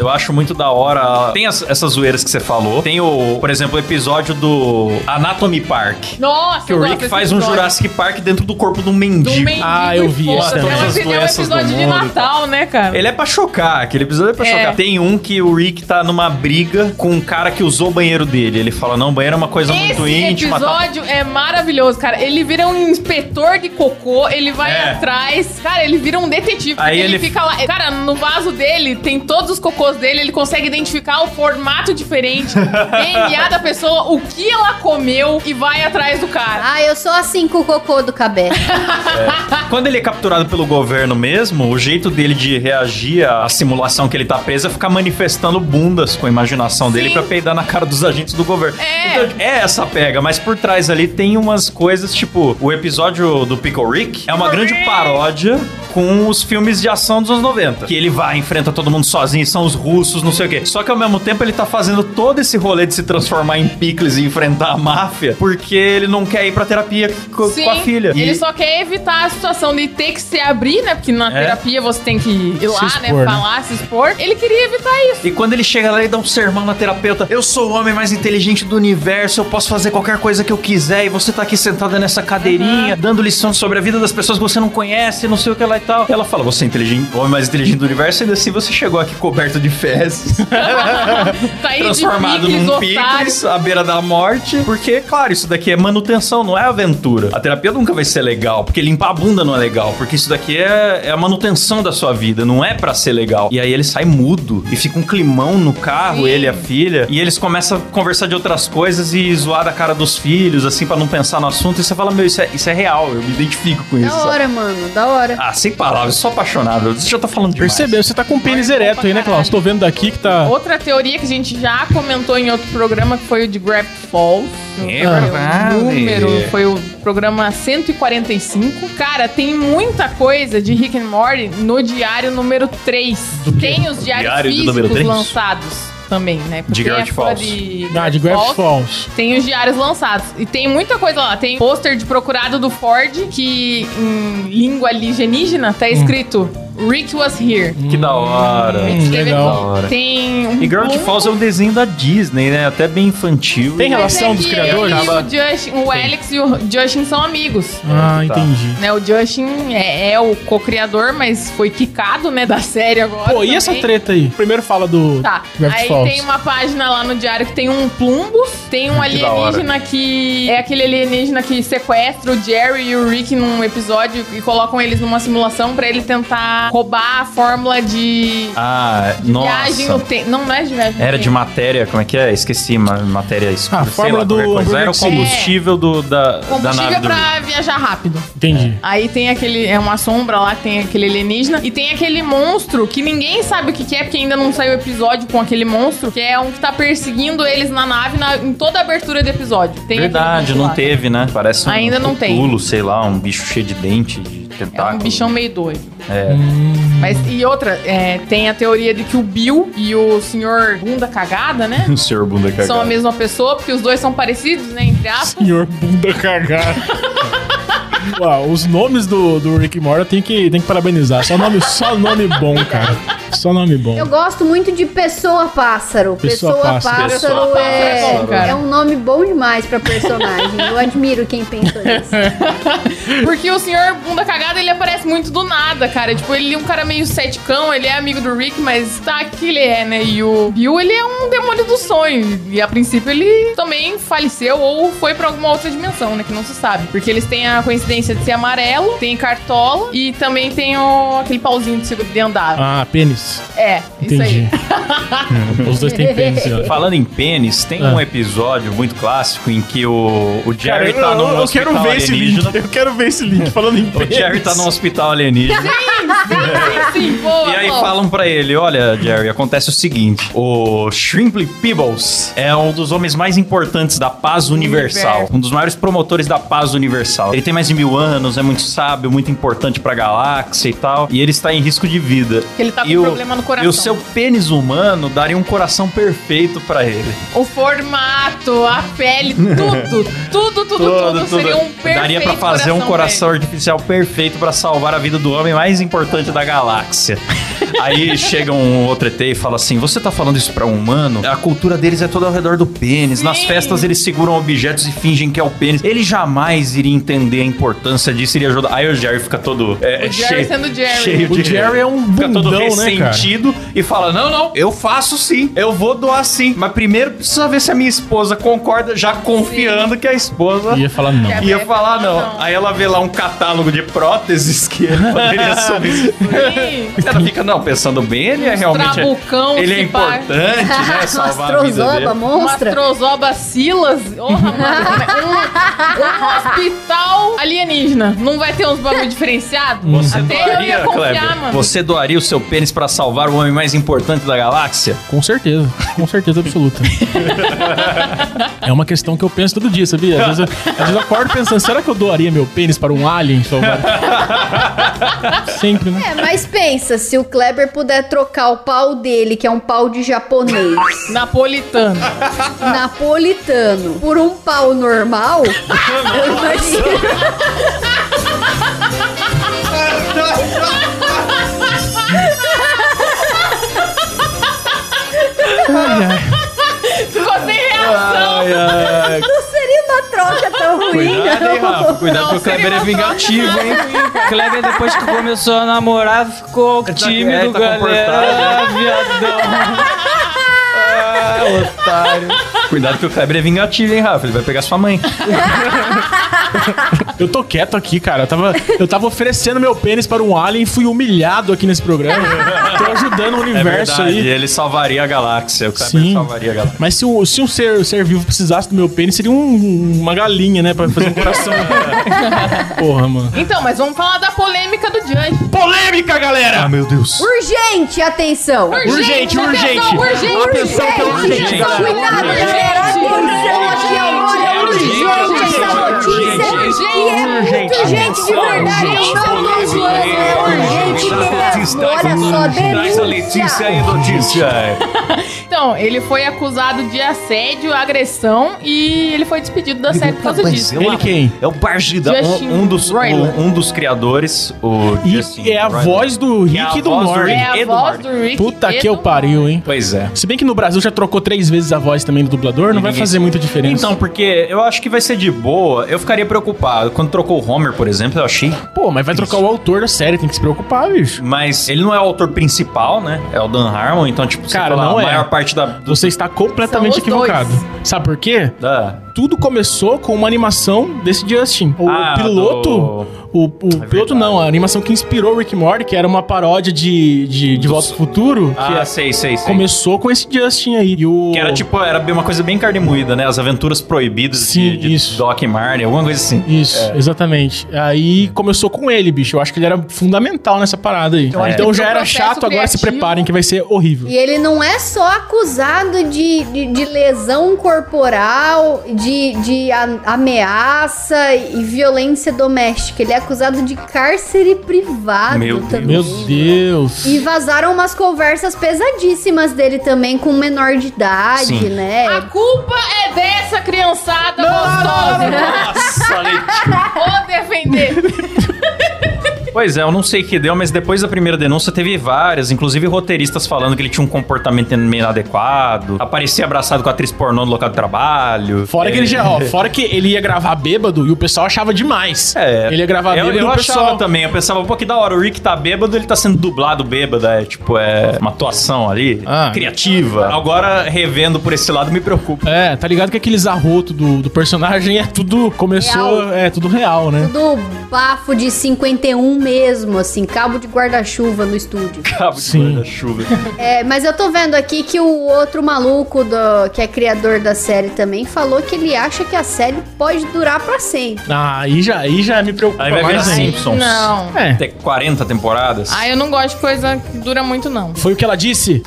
S2: eu acho muito da hora. Tem as- essas zoeiras que você falou. Tem o, por exemplo, o episódio do Anatomy Park.
S4: Nossa,
S2: Que o
S4: eu gosto
S2: Rick
S4: desse
S2: faz um
S4: episódio.
S2: Jurassic Park dentro do corpo de um mendigo.
S4: Do mendigo
S3: Ah, eu vi
S4: e
S3: esse
S4: foda-se.
S3: também.
S4: É um
S2: Todas as
S4: episódio- é um
S2: doenças do
S4: episódio de
S2: mundo e tal.
S4: Natal, né, cara?
S2: Ele é pra chocar, aquele episódio é pra
S4: É.
S2: chocar. Tem um que o o Rick tá numa briga com um cara que usou o banheiro dele. Ele fala, não, o banheiro é uma coisa muito
S4: Esse
S2: íntima. tá tal.
S4: episódio é maravilhoso, cara. Ele vira um inspetor de cocô, ele vai
S2: É.
S4: atrás. Cara, ele vira um detetive.
S2: Aí
S4: porque ele,
S2: ele-
S4: fica lá. Cara, no vaso dele tem todos os cocôs dele, ele consegue identificar o formato diferente, DNA da pessoa, o que ela comeu e vai atrás do cara.
S5: Ah, eu sou assim com o cocô do cabelo.
S2: Quando ele é capturado pelo governo mesmo, o jeito dele de reagir à simulação que ele tá preso é ficar manifestando bundas com a imaginação dele
S4: Sim.
S2: pra peidar na cara dos agentes do governo.
S4: É.
S2: Então, é essa pega, mas por trás ali tem umas coisas, tipo, o episódio do Pickle Rick é uma grande paródia com os filmes de ação dos anos 90. Que ele vai, enfrenta todo mundo sozinho, são os russos, não sei o quê. Só que ao mesmo tempo ele tá fazendo todo esse rolê de se transformar em picles e enfrentar a máfia, porque ele não quer ir pra terapia co- com a filha.
S4: Ele
S2: E-
S4: só quer evitar a situação de ter que se abrir, né? Porque na
S2: É.
S4: terapia você tem que ir lá,
S3: Se
S4: né?
S3: expor, né?
S4: Falar, se expor. Ele queria evitar isso.
S2: E quando ele chega lá, ele dá um sermão na terapeuta. Eu sou o homem mais inteligente do universo, eu posso fazer qualquer coisa que eu quiser. E você tá aqui sentada nessa cadeirinha, dando lição sobre a vida das pessoas que você não conhece, não sei o que lá e tal. Ela fala, você é inteligente, o homem mais inteligente do universo, ainda assim você chegou aqui coberto de fezes.
S4: Tá aí
S2: transformado
S4: de picles,
S2: num
S4: otário.
S2: picles, à beira da morte. Porque, claro, isso daqui é manutenção, não é aventura. A terapia nunca vai ser legal, porque limpar a bunda não é legal. Porque isso daqui é, é a manutenção da sua vida, não é pra ser legal. E aí ele sai mudo e fica um climão no carro,
S4: Sim.
S2: ele e a filha. E eles começam a conversar de outras coisas e zoar da cara dos filhos, assim, pra não pensar no assunto. E você fala, meu, isso é, isso é real, eu me identifico com isso.
S5: Da hora, mano, da hora.
S2: Ah, sem palavras, eu sou apaixonado. Você já tá falando demais.
S3: Percebeu, você tá com o pênis ereto aí, né, Klaus? Tô vendo daqui que tá.
S4: Outra teoria que a gente já comentou em outro programa, que foi o de Grab Falls.
S2: É
S4: Não sei
S2: verdade.
S4: o número foi o programa 145. Cara, tem muita coisa de Rick and Morty no diário número 3. Tem os diários
S2: Diário do número
S4: físicos
S2: três?
S4: lançados também, né? Porque
S2: Gravity
S4: é fora
S2: Falls.
S4: De
S3: Ah, de Graph Falls.
S4: tem os diários lançados. E tem muita coisa lá. Tem pôster de procurado do Ford, que em língua alienígena tá escrito Rick was here.
S2: Que da hora.
S4: Escreve
S3: legal.
S4: aqui. Tem um
S2: E Gravity
S4: boom.
S2: Falls é um desenho da Disney, né? Até bem infantil.
S3: Tem
S4: Mas
S3: relação
S4: é
S3: dos
S4: que
S3: criadores?
S4: eu e o, Justin, o Alex e o Justin são amigos.
S3: Ah,
S2: Tá.
S3: entendi.
S4: Né, o Justin é, é o co-criador, mas foi quicado, né, da série agora.
S3: Pô, e essa
S4: também.
S3: treta aí? Primeiro fala do
S4: Tá.
S3: Gravity
S4: Aí
S3: Falls.
S4: tem uma página lá no diário que tem um plumbus, tem um
S2: Hum, Que da hora.
S4: alienígena que. É aquele alienígena que sequestra o Jerry e o Rick num episódio e colocam eles numa simulação pra ele tentar roubar a fórmula de
S2: Ah,
S4: viagem no
S2: nossa.
S4: tempo. Não, não é de viagem. no
S2: Era de
S4: tempo.
S2: matéria, como é que é? Esqueci, ma- matéria escura.
S3: Ah,
S2: sei
S3: fórmula
S2: lá,
S3: do
S2: qualquer coisa.
S3: hambúrguer
S2: Era o
S3: que se-
S2: combustível do, da, da nave do
S4: Combustível pra viajar rápido.
S3: Entendi.
S4: Aí tem aquele. É uma sombra lá, tem aquele alienígena. E tem aquele monstro que ninguém sabe o que, que é, porque ainda não saiu o episódio com aquele monstro, que é um que tá perseguindo eles na nave na- em toda a abertura do episódio. Tem aquele
S2: Verdade,
S4: monstro
S2: não
S4: lá.
S2: teve, né? Parece um
S4: Ainda não tem.
S2: pulo, sei lá, um bicho cheio de dente, de
S4: É
S2: tentáculo.
S4: um bichão meio doido.
S2: É.
S4: Mas, e outra, é, tem a teoria de que o Bill e o senhor bunda cagada, né?
S2: O Um senhor bunda cagada.
S4: São a mesma pessoa, porque os dois são parecidos, né? Entre aspas.
S3: Senhor bunda cagada. Uau, os nomes do, do Rick Mora tem que, tem que parabenizar. Só nome, só nome bom, cara. Só nome bom.
S5: Eu gosto muito de Pessoa Pássaro.
S3: Pessoa
S5: Pessoa,
S3: Pássaro.
S5: Pássaro,
S2: Pessoa
S5: é,
S4: Pássaro é bom, cara.
S5: é um nome bom demais pra personagem. Eu admiro quem pensou nisso.
S2: É,
S4: Porque o senhor bunda cagada, ele aparece muito do nada, cara. Tipo, ele é um cara meio ceticão, ele é amigo do Rick, mas tá que ele é, né? E o Bill, ele é um demônio do sonho. E a princípio ele também faleceu ou foi pra alguma outra dimensão, né? Que não se sabe. Porque eles têm a coincidência de ser amarelo, tem cartola e também tem o, aquele pauzinho de, de andar.
S3: Ah, pênis.
S4: É, isso
S3: Entendi.
S4: aí.
S3: É, os dois têm pênis. ó.
S2: Falando em pênis, tem
S3: Ah.
S2: um episódio muito clássico em que o, o
S3: Cara,
S2: Jerry tá num hospital alienígena.
S3: Eu quero ver esse link falando em
S2: O Jerry tá num hospital alienígena.
S4: Sim, boa,
S2: E aí
S4: boa.
S2: falam pra ele, olha, Jerry, acontece o seguinte: o Shrimply Peebles é um dos homens mais importantes da paz universal, um dos maiores promotores da paz universal. Ele tem mais de mil anos, é muito sábio, muito importante pra galáxia e tal, e ele está em risco de vida.
S4: Ele tá com
S2: E o-
S4: problema no coração.
S2: E o seu pênis humano daria um coração perfeito pra ele.
S4: O formato, a pele, tudo, Tudo, tudo, tudo. Seria um perfeito
S2: Daria pra fazer um coração artificial perfeito pra salvar a vida do homem mais importante da galáxia. Aí chega um outro ET e fala assim: Você tá falando isso pra um humano? A cultura deles é toda ao redor do pênis. Nas
S4: Sim.
S2: festas eles seguram objetos e fingem que é o pênis. Ele jamais iria entender a importância disso, iria ajudar. Aí o Jerry fica todo. É,
S4: O Jerry sendo Jerry.
S2: Cheio
S3: O
S2: de-
S3: Jerry é um
S2: Fica todo
S3: bundão, né, cara?
S2: ressentido e fala: Não, não, eu faço sim, eu vou doar sim. Mas primeiro precisa ver se a minha esposa concorda, já confiando que a esposa
S3: Ia falar não.
S2: ia falar não.
S4: Não.
S2: Aí ela vê lá um catálogo de próteses que ele poderia substituir.
S4: Sim.
S2: Ela fica, não, pensando bem, ele é realmente.
S4: trabucão
S2: ele é
S4: que pá.
S2: importante, né? Salvar a vida dele.
S5: Astrozoba,
S4: Uma
S5: monstra.
S4: trozoba Silas. Ô, rapaz, né? um, um hospital alienígena. Não vai ter uns bagulho diferenciado?
S2: Você
S4: Até eu
S2: doaria,
S4: ia confiar,
S2: Kleber?
S4: mano.
S2: Você doaria o seu pênis pra salvar o homem mais importante da galáxia?
S3: Com certeza, com certeza absoluta. é uma questão que eu penso todo dia, sabia? Às vezes, eu, às vezes eu acordo pensando, será que eu doaria meu pênis para um alien? salvar? Sempre, né?
S5: É, mas pensa, se o Kleber puder trocar o pau dele, que é um pau de japonês,
S4: Napolitano.
S5: napolitano, por um pau normal, eu imagino.
S4: Ficou sem reação.
S2: Ai, ai.
S5: Não seria uma troca tão ruim,
S2: Cuidado, hein,
S5: não.
S2: Rafa? Cuidado
S4: Não,
S2: que o
S4: seria
S2: Kleber é
S4: uma
S2: vingativo, hein?
S6: Kleber, depois que começou a namorar, ficou tímido,
S2: tá
S6: galera. Ah,
S2: comportado.
S6: viadão.
S2: Cuidado que o Kleber é vingativo, hein, Rafa? Ele vai pegar sua mãe.
S3: Eu tô quieto aqui, cara. Eu tava, eu tava oferecendo meu pênis para um alien e fui humilhado aqui nesse programa. Tô ajudando o universo aí.
S2: ele salvaria a galáxia. O Kleber
S3: É Sim.
S2: salvaria a galáxia.
S3: Mas se, o, se um ser, ser vivo precisasse do meu pênis, seria um- uma galinha, né? Pra fazer um coração. Porra, mano.
S4: Então, mas vamos falar da polêmica do Judge.
S3: Polêmica, galera! Ah, meu Deus.
S5: Urgente, atenção!
S3: Urgente, urgente.
S4: Atenção, urgente.
S3: Atenção, que é urgente.
S5: Atenção, cuidado,
S4: Urgente.
S5: galera! Atenção aqui agora! É urgente essa notícia! E é muito urgente de verdade! Eu não tô zoando, é urgente mesmo! Olha só, denúncia!
S2: notícia.
S4: Então, ele foi acusado de assédio, agressão e ele foi despedido da série por causa disso.
S3: Ele quem?
S2: É o Bargida,
S4: Justin
S2: um, um dos, um,
S4: Roiland.
S2: um dos criadores, o
S3: E
S2: Justin
S3: é a
S2: Roiland.
S3: voz do
S2: É a
S3: Rick e do
S2: voz do
S3: Morty.
S4: É a
S2: Edu
S4: voz
S2: Martin.
S4: do Rick.
S3: Puta que
S4: Edu
S3: eu pariu, hein?
S2: Pois é.
S3: Se bem que no Brasil já trocou três vezes a voz também do dublador, não vai
S2: ninguém-
S3: fazer muita diferença.
S2: Então, porque eu acho que vai ser de boa. Eu ficaria preocupado. Quando trocou o Homer, por exemplo, eu achei.
S3: pô, mas vai trocar o autor da série, tem que se preocupar, bicho.
S2: Mas ele não é o autor principal, né? É o Dan Harmon, então, tipo, você
S3: Cara,
S2: fala,
S3: não
S2: a
S3: é.
S2: maior parte da. do-
S3: Você está completamente
S4: São os
S3: equivocado. Sabe por quê?
S2: da
S3: Tudo começou com uma animação desse Justin. O
S2: Ah, É
S3: piloto. O, o piloto
S2: verdade.
S3: não, a animação que inspirou o Rick e Morty, que era uma paródia de, de, de Volta ao Futuro, que
S2: Ah,
S3: é-
S2: sei, sei, sei.
S3: começou com esse Justin aí. E o,
S2: Que era tipo, era bem- uma coisa bem carne moída, né? As aventuras proibidas
S3: Sim,
S2: de, de
S3: isso.
S2: Doc e Marley, alguma coisa assim.
S3: Isso, exatamente.
S2: É.
S3: Aí começou com ele, bicho. Eu acho que ele era fundamental nessa parada aí.
S2: acho
S3: Então
S4: que
S3: já
S4: pro
S3: era
S4: processo
S3: chato, agora se
S4: criativo-
S3: preparem que vai ser horrível.
S5: E ele não é só acusado de, de, de lesão corporal, de, de a- ameaça e violência doméstica. Ele é acusado de cárcere privado
S2: Meu Deus.
S5: também.
S3: Meu Deus.
S5: E vazaram umas conversas pesadíssimas dele também com um menor de idade,
S2: Sim.
S5: né?
S4: A culpa é dessa criançada gostosa.
S2: Nossa, Letícia.
S4: Vou defender.
S2: Pois é, eu não sei o que deu, mas depois da primeira denúncia teve várias, inclusive roteiristas falando que ele tinha um comportamento meio inadequado, aparecia abraçado com a atriz pornô no local de trabalho.
S3: Fora que ele já, é, ó, fora que ele ia gravar bêbado e o pessoal achava demais.
S2: É.
S3: Ele ia gravar
S2: eu,
S3: bêbado e
S2: eu
S3: o
S2: achava
S3: pessoal
S2: também, eu pensava, pô, que da hora, o Rick tá bêbado, ele tá sendo dublado bêbado, é tipo, é uma atuação ali,
S3: Ah.
S2: criativa. Agora, revendo por esse lado, me preocupa.
S3: É, tá ligado que aqueles arroto do, do personagem é tudo começou,
S5: Real.
S3: é tudo real, né?
S5: Do bafo de 51 mesmo, assim, cabo de guarda-chuva no estúdio.
S2: Cabo de
S3: Sim.
S2: guarda-chuva.
S5: É, mas eu tô vendo aqui que o outro maluco do- que é criador da série também falou que ele acha que a série pode durar pra sempre.
S3: Ah, aí já, aí já me preocupa
S2: Aí vai ver
S3: mais ainda.
S2: Simpsons.
S4: Não.
S3: É.
S2: Até 40 temporadas.
S4: Ah, eu não gosto de coisa que dura muito, não.
S3: Foi o que ela disse?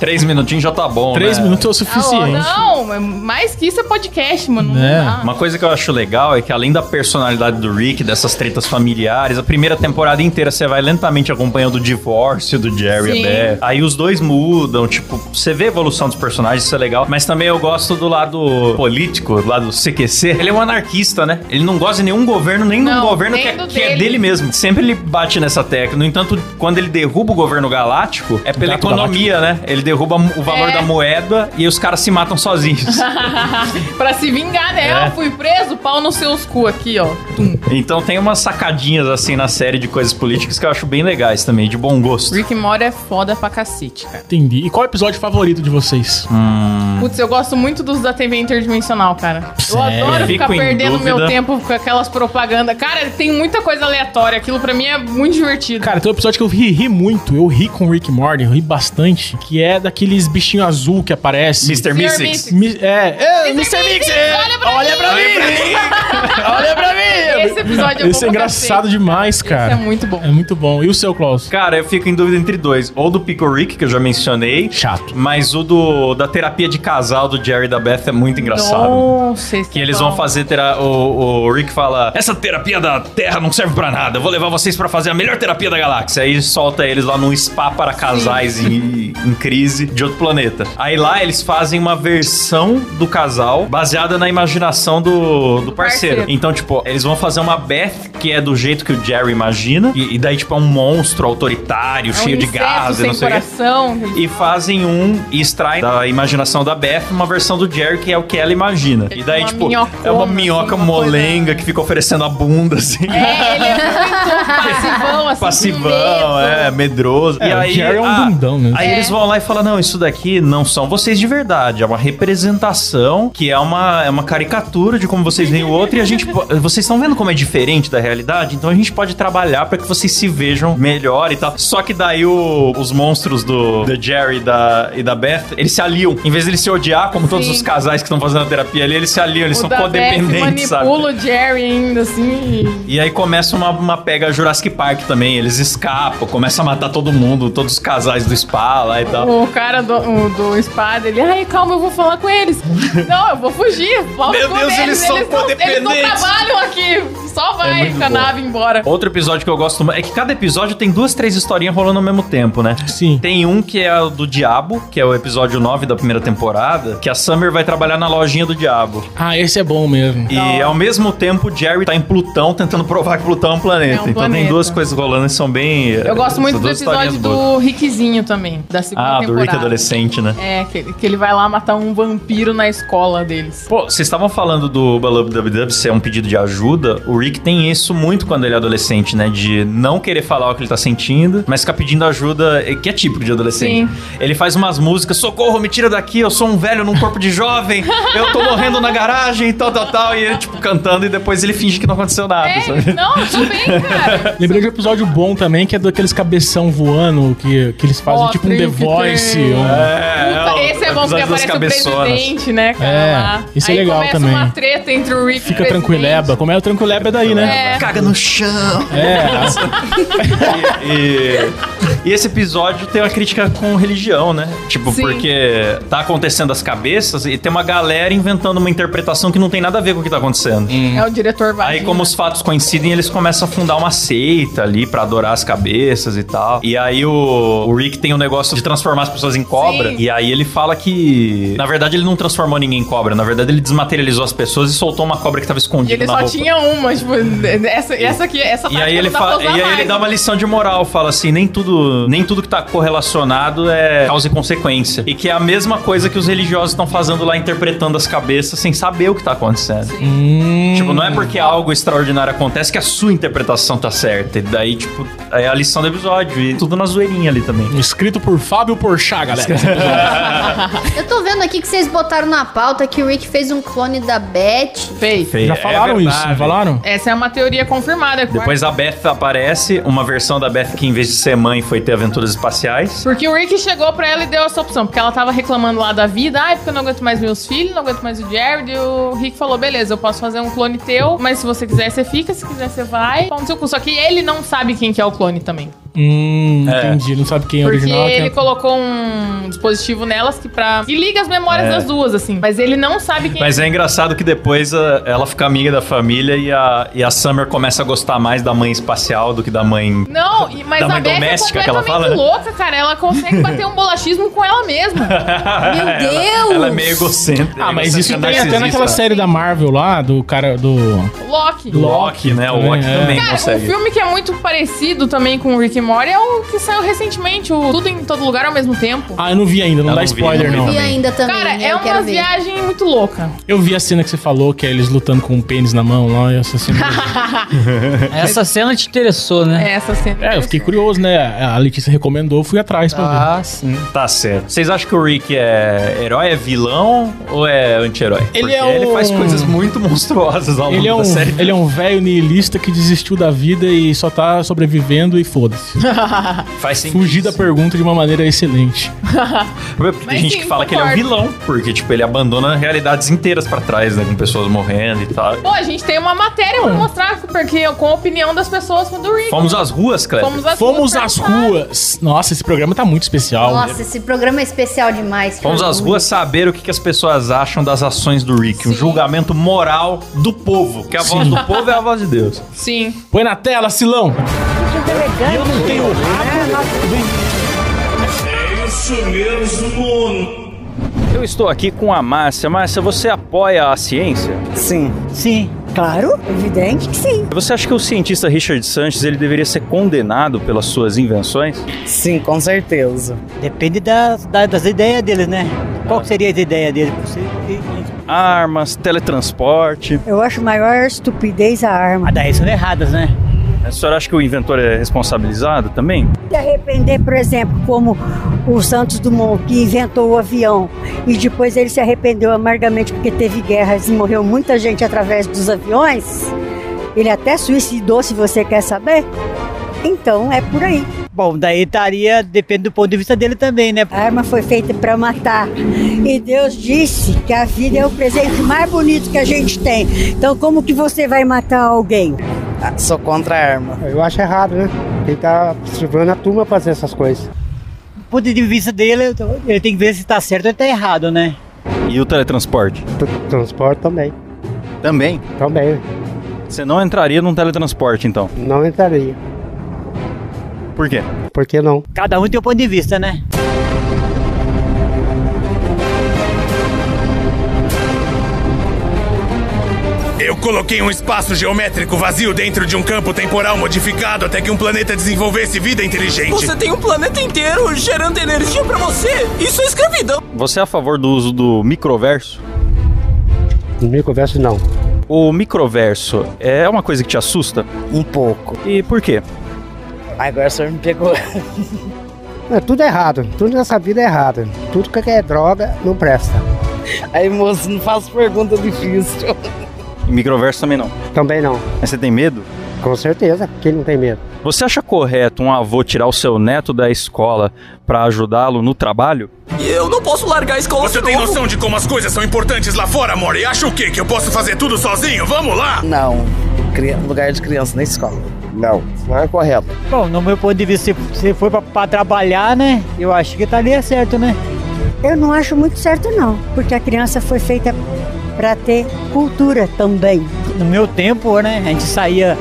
S2: Três minutinhos já tá bom,
S3: Três
S2: né?
S3: minutos é o
S4: Ah,
S3: suficiente.
S4: Não, mas mais que isso é podcast, mano. Não
S3: Né?
S4: dá.
S2: Uma coisa que eu acho legal é que além da personalidade do Rick, dessas tretas familiares, a primeira temporada inteira você vai lentamente acompanhando o divórcio do Jerry
S4: Sim.
S2: e a Beth. Aí os dois mudam, tipo, você vê a evolução dos personagens, isso é legal. Mas também eu gosto do lado político, do lado CQC. Ele é um anarquista, né? Ele não gosta de nenhum governo, nem de um
S4: Não,
S2: governo
S4: nem
S2: que, é,
S4: do
S2: que é
S4: dele.
S2: dele mesmo. Sempre ele bate nessa tecla. No entanto, quando ele derruba o governo galáctico, é pela
S3: Gato
S2: economia, né? Ele derruba o valor
S4: É.
S2: da moeda e os caras se matam sozinhos.
S4: pra se vingar, né?
S2: É.
S4: Eu fui preso, pau nos seus cu aqui, ó. Tum.
S2: Então tem umas sacadinhas assim na série de coisas políticas que eu acho bem legais também, de bom gosto.
S4: Rick and Morty é foda pra cacete, cara.
S3: Entendi. E qual é o episódio favorito de vocês?
S2: Hum.
S4: Putz, eu gosto muito dos da TV interdimensional, cara. Eu
S3: Sério?
S4: adoro ficar
S2: Fico em
S4: perdendo
S2: dúvida.
S4: meu tempo com aquelas propagandas. Cara, tem muita coisa aleatória. Aquilo pra mim é muito divertido.
S3: Cara, tem um episódio que eu ri, ri muito. Eu ri com o Rick Morty, eu ri bastante. Que é daqueles bichinhos azul que aparece.
S2: Mr.
S4: Sr.
S2: Mystics.
S3: Mi- é, é Mr. Mix!
S4: olha pra mim!
S3: Olha pra mim!
S4: Esse episódio eu vou
S3: Esse é
S4: pra
S3: engraçado
S4: cacete,
S3: demais,
S4: Esse
S3: cara.
S4: é muito bom.
S3: É muito bom. E o seu, Klaus?
S2: Cara, eu fico em dúvida entre dois. Ou do Pico Rick, que eu já mencionei.
S3: Chato.
S2: Mas o do da terapia de casal do Jerry e da Beth é muito engraçado.
S4: Nossa, esse
S2: Que
S4: é
S2: eles
S4: bom.
S2: vão fazer. Tera... O, o Rick fala: Essa terapia da Terra não serve pra nada. Eu vou levar vocês pra fazer a melhor terapia da galáxia. Aí solta eles lá num spa para casais em, em crise de outro planeta. Aí lá eles fazem uma versão do casal baseada na imaginação do, do parceiro.
S4: parceiro.
S2: Então, tipo, eles vão fazer uma Beth que é do jeito que o Jerry imagina. E, e daí, tipo, é um monstro autoritário,
S4: É um
S2: cheio de
S4: inseto
S2: gás e
S4: sem
S2: não sei o quê
S4: coração. que eles
S2: e fazem um e extraem da imaginação da Beth uma versão do Jerry que é o que ela imagina. E daí,
S4: Uma
S2: tipo,
S4: minhocona,
S2: é uma minhoca
S4: assim, uma coisa-
S2: molenga que fica oferecendo a bunda, assim.
S4: É, ele é muito passivão, assim. com
S2: Passivão,
S4: medo.
S2: é, medroso.
S3: É,
S2: e
S3: o
S2: aí,
S3: Jerry é um
S2: ah,
S3: bundão, né?
S2: Aí
S4: É.
S2: eles vão lá e falam: não, isso daqui não são vocês de verdade. É uma representação que é uma, é uma caricatura de como vocês veem o outro. E a gente. po- Vocês estão vendo como é diferente da realidade? Então a gente pode trabalhar pra que vocês se vejam melhor e tal. Só que daí o- os monstros do, do Jerry e da, e da Beth, eles se aliam. Em vez de eles se odiar, como todos
S4: Sim.
S2: os casais que estão fazendo a terapia ali, eles se aliam, eles
S4: O
S2: são
S4: da Beth
S2: codependentes, sabe?
S4: manipula o Jerry ainda, assim.
S2: E aí começa uma, uma pega Jurassic Park também. Eles escapam, começa a matar todo mundo, todos os casais do spa lá e
S4: e
S2: tal.
S4: O cara do, o, do espada, ele, ai, calma, eu vou falar com eles. não, eu vou fugir. falo
S2: Meu
S4: com
S2: Deus, eles são
S4: não- Eles não
S2: codependentes.
S4: trabalham aqui. Só vai
S2: É muito
S4: com a
S2: bom.
S4: nave embora.
S2: Outro episódio que eu gosto mu- é que cada episódio tem duas, três historinhas rolando ao mesmo tempo, né?
S4: é
S3: Sim.
S2: Tem um que é o do Diabo, que é o episódio 9 da primeira temporada, que a Summer vai trabalhar na lojinha do Diabo.
S3: Ah, esse é bom mesmo.
S2: E ao mesmo tempo, o Jerry tá em Plutão, tentando provar que Plutão é um planeta.
S4: É um
S2: então tem
S4: planeta.
S2: duas coisas rolando e são bem. eh,
S4: Eu gosto muito do episódio do Rickzinho também, da segunda
S2: Ah, do
S4: temporada.
S2: Rick adolescente, né?
S4: É, que ele, que ele vai lá matar um vampiro na escola deles.
S2: Pô, vocês estavam falando do Balubdubdub ser um pedido de ajuda. O Rick tem isso muito quando ele é adolescente, né? De não querer falar o que ele tá sentindo, mas ficar pedindo ajuda, eh, que é típico de adolescente.
S4: Sim.
S2: Ele faz umas músicas, socorro, me tira daqui, eu sou um velho num corpo de jovem, eu tô morrendo na garagem, tal, tal, tal. E ele, tipo, cantando e depois ele finge que não aconteceu nada,
S4: É,
S2: sabe?
S4: não, tudo bem, cara.
S3: Lembrei de um episódio bom também, que é daqueles cabeção voando, que, que eles fazem
S4: Ó,
S3: tipo um The
S4: tem que
S3: Voice.
S4: ter.
S3: um-
S2: É,
S4: Puta, esse é bom porque
S2: episódio das
S4: aparece o
S2: cabeçonas.
S4: presidente, né, cara?
S3: É,
S4: lá.
S3: isso é
S4: Aí
S3: legal
S4: começa
S3: também.
S4: uma treta entre o Rick
S3: Fica
S4: e o
S3: tranquileba.
S4: presidente.
S3: Como é o tranquileba é daí, né?
S4: É.
S2: Caga no chão.
S3: É.
S2: E, e esse episódio tem uma crítica com religião, né? Tipo,
S4: Sim.
S2: porque tá acontecendo as cabeças e tem uma galera inventando uma interpretação que não tem nada a ver com o que tá acontecendo.
S4: É o diretor vai.
S2: Aí, como os fatos coincidem, eles começam a fundar uma seita ali pra adorar as cabeças e tal. E aí, o, o Rick tem um negócio de transformar as pessoas em cobra.
S4: Sim.
S2: E aí, ele fala que. Na verdade, ele não transformou ninguém em cobra. Na verdade, ele desmaterializou as pessoas e soltou uma cobra que tava escondida
S4: E ele
S2: na
S4: só
S2: roupa.
S4: tinha uma, tipo, essa, essa aqui, essa
S2: E
S4: tática
S2: aí ele
S4: não dá pra
S2: fala, e
S4: usar
S2: aí ele
S4: mais.
S2: dá uma lição de moral, fala assim, nem tudo, nem tudo que tá correlacionado é causa e consequência. E que é a mesma coisa que os religiosos estão fazendo lá interpretando as cabeças sem saber o que tá acontecendo.
S3: Hum.
S2: Tipo, não é porque algo extraordinário acontece que a sua interpretação tá certa. E daí, tipo, é a lição do episódio. E tudo na zoeirinha ali também.
S3: Escrito por Fábio Porchat, galera.
S5: Eu tô vendo aqui que vocês botaram na pauta que o Rick fez um clone da Beth.
S4: Fez.
S3: Já
S2: É
S3: falaram
S2: verdade.
S3: isso, não falaram?
S4: Essa é uma teoria confirmada.
S2: Depois a Beth aparece, uma versão da Beth que em vez de ser mãe foi ter aventuras espaciais.
S4: Porque o Rick chegou pra ela e deu essa opção. Porque ela tava reclamando lá da vida. Ai, porque eu não aguento mais meus filhos, não aguento mais o Jared. E o Rick falou, beleza, eu posso fazer um clone teu. Mas se você quiser, você fica. Se quiser, você vai. Pau no seu cu. Só que ele não sabe quem que é o clone também.
S3: Hum,
S2: É.
S3: entendi. Não sabe quem é o
S4: Porque
S3: original. quem
S4: ele
S3: é-
S4: colocou um dispositivo nelas que pra. que liga as memórias das duas, assim. Mas ele não sabe quem
S2: É. Mas é engraçado que depois a- ela fica amiga da família e a, e a Summer começa a gostar mais da mãe espacial do que da mãe.
S4: Não, e- mas
S2: Da
S4: a
S2: mãe
S4: Beth é
S2: doméstica
S4: completamente
S2: que ela fala, né?
S4: louca, cara. Ela consegue bater um bolachismo com ela mesma.
S2: Meu
S5: Deus!
S2: Ela, é meio egocêntrica.
S3: Ah, mas isso tem até
S2: é narcisista.
S3: naquela série da Marvel lá, do cara do.
S4: Loki.
S2: Loki, né? O Loki
S3: É.
S2: também
S4: Cara,
S2: consegue.
S4: um filme que é muito parecido também com o Rick and Morty é o que saiu recentemente, o Tudo em Todo Lugar ao mesmo tempo.
S3: Ah, eu não vi ainda, não
S2: Eu
S3: dá
S2: não vi,
S3: spoiler,
S2: não
S3: não.
S2: vi.
S5: E ainda também,
S4: Cara,
S5: né?
S4: é
S5: eu
S4: uma
S5: quero ver.
S4: viagem muito louca.
S3: Eu vi a cena que você falou, que é eles lutando com o pênis na mão lá, e essa cena.
S6: Essa cena te interessou, né?
S4: É essa cena.
S3: é, eu fiquei curioso, né? A Letícia recomendou, eu fui atrás pra ver.
S6: Ah, sim.
S2: Tá certo. Vocês acham que o Rick é herói, é vilão ou é anti-herói?
S3: Ele
S2: Porque
S3: é
S2: ele
S3: um-
S2: faz coisas muito monstruosas ao longo
S3: Ele é, um,
S2: da série.
S3: ele é um velho niilista que desistiu da vida e só tá sobrevivendo e foda-se. um
S2: Faz sentido.
S3: Fugir da pergunta de uma maneira excelente.
S2: Porque tem
S4: Mas
S2: gente
S4: sim,
S2: que fala que ele é um
S4: concordo.
S2: vilão, porque, tipo, ele abandona realidades inteiras pra trás, né? Com pessoas morrendo e tal.
S4: Pô, a gente tem uma matéria
S2: Hum.
S4: pra mostrar porque, com a opinião das pessoas do Rick.
S2: Fomos às ruas, Cleber.
S4: Fomos às
S3: Fomos às
S4: perguntar.
S3: ruas. Nossa, esse programa tá muito especial.
S5: Nossa, esse programa é especial demais.
S2: Vamos
S5: cara.
S2: às ruas saber o que, que as pessoas acham das ações do Rick. Um
S4: Sim.
S2: julgamento moral do povo. Que a voz
S3: Sim.
S2: do povo é a voz de Deus.
S4: Sim.
S3: Põe na tela, Silão. E eu não tenho
S2: Eu estou aqui com a Márcia. Márcia, você apoia a ciência?
S7: Sim. Sim. Claro, evidente que sim.
S2: Você acha que o cientista Richard Sanches ele deveria ser condenado pelas suas invenções?
S7: Sim, com certeza. Depende das, da- das ideias deles, né? Qual que seria as ideias dele? Você- e-
S2: Armas, teletransporte.
S8: Eu acho maior estupidez a arma.
S7: Ah, daí são erradas, né?
S2: A senhora acha que o inventor é responsabilizado também?
S8: De arrepender, por exemplo, como o Santos Dumont, que inventou o avião, e depois ele se arrependeu amargamente porque teve guerras e morreu muita gente através dos aviões. Ele até suicidou, se você quer saber. Então é por aí.
S7: Bom, daí estaria, depende do ponto de vista dele também, né?
S8: A arma foi feita para matar. E Deus disse que a vida é o presente mais bonito que a gente tem. Então, como que você vai matar alguém?
S7: Ah, Sou contra a arma.
S9: Eu acho errado, né? Quem tá observando a turma fazer essas coisas.
S7: Do ponto de vista dele, eu tô- ele tem que ver se tá certo ou tá errado, né?
S2: E o teletransporte?
S9: Tr- Transporte também.
S2: Também.
S9: Também.
S2: Você não entraria num teletransporte, então.
S9: Não entraria.
S2: Por quê?
S9: Por que não?
S7: Cada um tem o ponto de vista, né?
S10: Eu coloquei um espaço geométrico vazio dentro de um campo temporal modificado até que um planeta desenvolvesse vida inteligente.
S11: tem um planeta inteiro gerando energia para você. Isso é escravidão.
S2: Você é a favor do uso do microverso?
S9: No meu converso, não.
S2: O microverso é uma coisa que te assusta?
S7: Um pouco.
S2: E por quê?
S7: Agora o senhor me pegou.
S9: É tudo errado. Tudo nessa vida é errado. Tudo que é droga não presta.
S7: Aí, moço, não faço pergunta difícil.
S2: E microverso também não.
S9: Também não.
S2: Mas você tem medo?
S9: Com certeza. Quem não tem medo?
S2: Você acha correto um avô tirar o seu neto da escola pra ajudá-lo no trabalho?
S11: E eu não posso largar a escola
S10: Você
S11: de
S10: tem
S11: novo.
S10: noção de como as coisas são importantes lá fora, amor? E acha o quê? Que eu posso fazer tudo sozinho? Vamos lá!
S12: Não, Cri- lugar de criança na escola. Não, não é correto.
S7: Bom, no meu ponto de vista, se- se for pra, pra trabalhar, né? Eu acho que tá ali é certo, né?
S8: Eu não acho muito certo, não, porque a criança foi feita para ter cultura também.
S7: No meu tempo, né? A gente saía.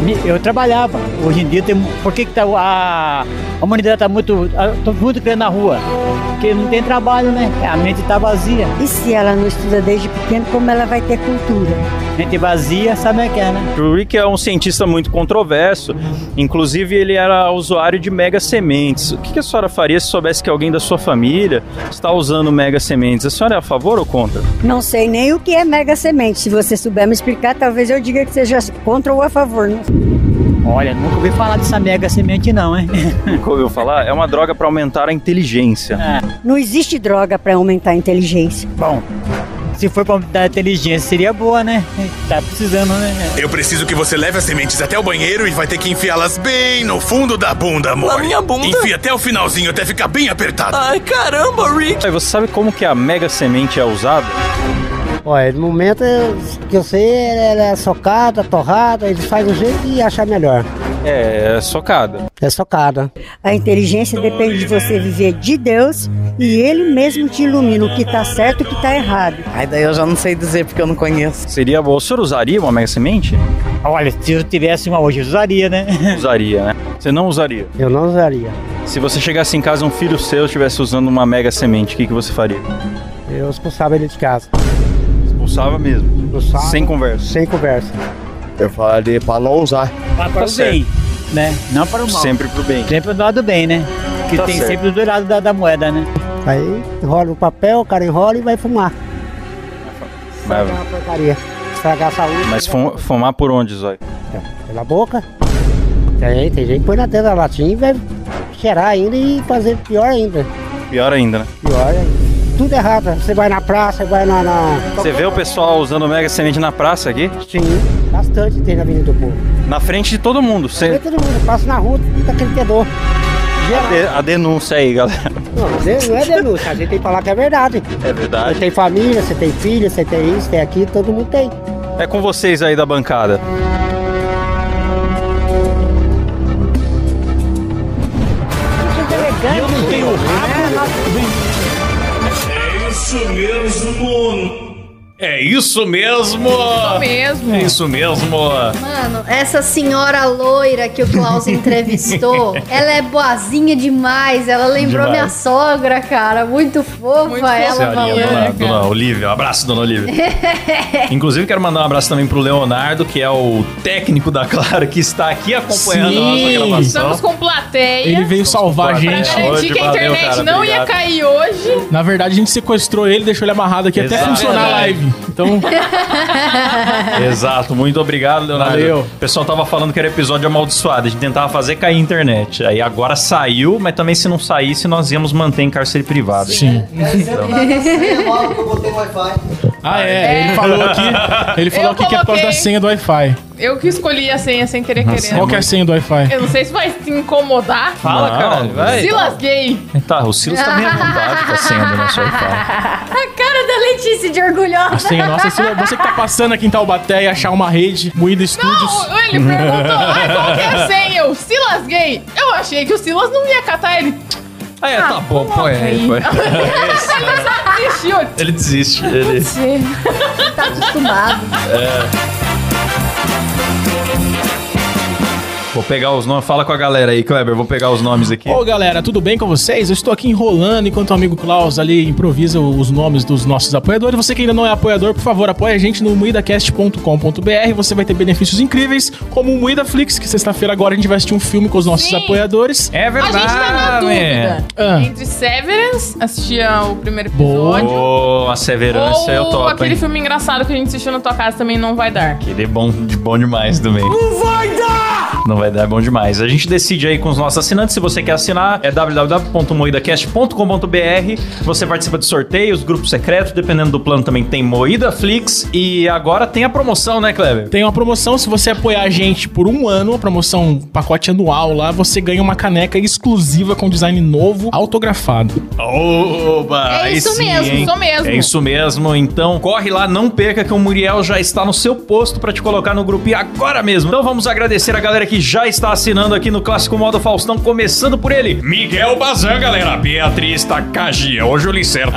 S7: me- Eu trabalhava. Hoje em dia tem. mu- Por que, que tá, a, a humanidade tá muito. a- Tô muito criando na rua? Porque não tem trabalho, né? A mente tá vazia.
S8: E se ela não estuda desde pequeno, como ela vai ter cultura?
S7: Mente vazia, sabe o que é, né?
S2: O Rick é um cientista muito controverso, inclusive ele era usuário de mega sementes. O que que a senhora faria se soubesse que alguém da sua família está usando mega sementes? A senhora é a favor ou contra?
S8: Não sei nem o que é mega semente. Se você souber me explicar, talvez eu diga que seja contra ou a favor. Não
S7: Olha, nunca ouvi falar dessa mega semente, não, hein?
S2: Nunca ouviu falar? É uma droga para aumentar a inteligência.
S8: Não existe droga para aumentar a inteligência.
S7: Bom. Se for pra dar inteligência, seria boa, né? Tá precisando, né?
S10: Eu preciso que você leve as sementes até o banheiro e vai ter que enfiá-las bem no fundo da bunda, amor.
S11: Na minha bunda?
S10: Enfia até o finalzinho, até ficar bem apertado.
S11: Ai, caramba, Rick.
S2: Aí, Você sabe como que a mega semente é usada?
S9: Olha, no momento eu- que eu sei, ela é socada, torrada, eles fazem o jeito que achar melhor.
S2: É, é socada.
S9: É socada.
S8: A inteligência depende de você viver de Deus e Ele mesmo te ilumina o que tá certo e o que tá errado.
S12: Aí daí eu já não sei dizer porque eu não conheço.
S2: Seria bom. O senhor usaria uma mega semente?
S7: Olha, se eu tivesse uma hoje, eu usaria, né?
S2: Usaria, né? Você não usaria?
S9: Eu não usaria.
S2: Se você chegasse em casa e um filho seu estivesse usando uma mega semente, o que, que você faria?
S9: Eu expulsava ele de casa.
S2: Expulsava mesmo.
S9: Expulsava.
S2: Sem conversa.
S9: Sem conversa.
S13: Eu falaria pra não usar.
S2: Tá
S7: Mas para o bem, né? Não para o mal.
S2: Sempre pro bem.
S7: Sempre do lado do bem, né? Que
S2: Tá
S7: tem
S2: certo.
S7: sempre os dois lados da, da moeda, né?
S9: Aí enrola o papel, o cara enrola e vai fumar.
S2: Mas,
S9: Porcaria. Estragar a saúde.
S2: mas fu- fumar por onde, Zóio?
S11: um-
S9: Pela boca. Tem, tem gente que põe na dentro da latinha e vai cheirar ainda e fazer pior ainda.
S2: Pior ainda, né?
S9: Pior ainda. Tudo errado. Você vai na praça, vai na. na...
S2: Você vê o pessoal usando mega semente na praça aqui?
S9: Sim. Bastante tem na Avenida do Povo.
S2: Na frente de todo mundo.
S9: Vê
S2: Cê-
S9: todo mundo, passa na rua, fica aquele fedor.
S2: A, de- a denúncia aí, galera.
S9: Não, de- não é denúncia, a gente tem que falar que é verdade.
S2: É verdade.
S9: Você tem família, você tem filho, você tem isso, tem aquilo, todo mundo tem.
S2: É com vocês aí da bancada.
S11: Eu não tenho rabo.
S14: É isso mesmo! É isso mesmo!
S5: Isso mesmo.
S2: É isso mesmo!
S5: Mano, essa senhora loira que o Klaus entrevistou, ela é boazinha demais. Ela lembrou
S2: Demais.
S5: minha sogra, cara. Muito fofa ela
S2: Senhorinha, dona,
S5: falando.
S2: dona Olivia. Um abraço, dona Olivia. Inclusive, quero mandar um abraço também pro Leonardo, que é o técnico da Clara, que está aqui acompanhando a nossa gravação.
S4: estamos
S2: Então,
S4: com plateia.
S3: Ele veio salvar a
S4: pra
S3: gente.
S4: garantir que a internet não ia cair hoje.
S3: Na verdade, a gente sequestrou ele, deixou ele amarrado aqui até
S2: Exato.
S3: funcionar a live. Então,
S2: Exato, muito obrigado, Leonardo.
S3: Valeu.
S2: O pessoal tava falando que era episódio amaldiçoado, a gente tentava fazer cair a internet. Aí agora saiu, mas também se não saísse, nós íamos manter em cárcere privado. Sim.
S15: que eu botei Wi-Fi.
S3: ah, é, ele falou aqui, ele falou
S4: Eu
S3: aqui que é por causa da
S4: coloquei.
S3: senha do Wi-Fi.
S4: Eu que escolhi a senha sem querer querendo.
S3: Qual que é a senha do Wi-Fi?
S4: Eu não sei se vai te incomodar.
S2: Fala,
S3: Não,
S2: cara, vai.
S4: Silas gay.
S2: Tá, o Silas tá meio à vontade com a senha do nosso Wi-Fi.
S5: A cara da Letícia de orgulhosa.
S3: A senha nossa, se você que tá passando aqui em Taubaté e achar uma rede, Moída Studios.
S4: Não, ele perguntou, ah, qual que é a senha? Eu, Silas gay. Eu achei que o Silas não ia catar ele.
S2: Ah, é, tá bom, põe aí, põe.
S4: ele só desistiu.
S2: Ele desiste. Ele...
S5: Você tá acostumado.
S2: É. Vou pegar os nomes, fala com a galera aí, Kleber, vou pegar os nomes aqui.
S3: Ô galera, tudo bem com vocês? Eu estou aqui enrolando enquanto o amigo Klaus ali improvisa os nomes dos nossos apoiadores. Você que ainda não é apoiador, por favor, apoie a gente no moidacast.com.br. Você vai ter beneflix incríveis, como o Moída Flix, que sexta-feira agora a gente vai assistir um filme com os nossos apoiadores. Ah,
S2: É
S4: A gente tá na dúvida. Entre Severance, assistia o primeiro episódio.
S2: Ô, a Severança é o
S4: Ou
S2: top,
S4: aquele
S2: hein?
S4: filme engraçado que a gente assistiu na tua casa também não vai dar.
S2: Ele é bom, de bom demais também. Não vai dar! Não vai dar, é bom demais. A gente decide aí com os nossos assinantes. Se você quer assinar, é www.moidacast.com.br. Você participa de sorteios, grupo secreto, dependendo do plano também tem Moída Flix. E agora tem a promoção, né, Kleber?
S3: Tem uma promoção, se você apoiar a gente por um ano, a promoção pacote anual lá, você ganha uma caneca exclusiva com design novo, autografado.
S2: Oba!
S4: É
S2: aí
S4: isso
S2: sim,
S4: mesmo,
S2: hein?
S4: isso mesmo.
S2: É isso mesmo. Então corre lá, não perca que o Muriel já está no seu posto para te colocar no grupo e agora mesmo. Então vamos agradecer a galera que já está assinando aqui no Clássico Modo Faustão, começando por ele, Miguel Bazan, galera. Beatriz Takaji, o Júlio Certo.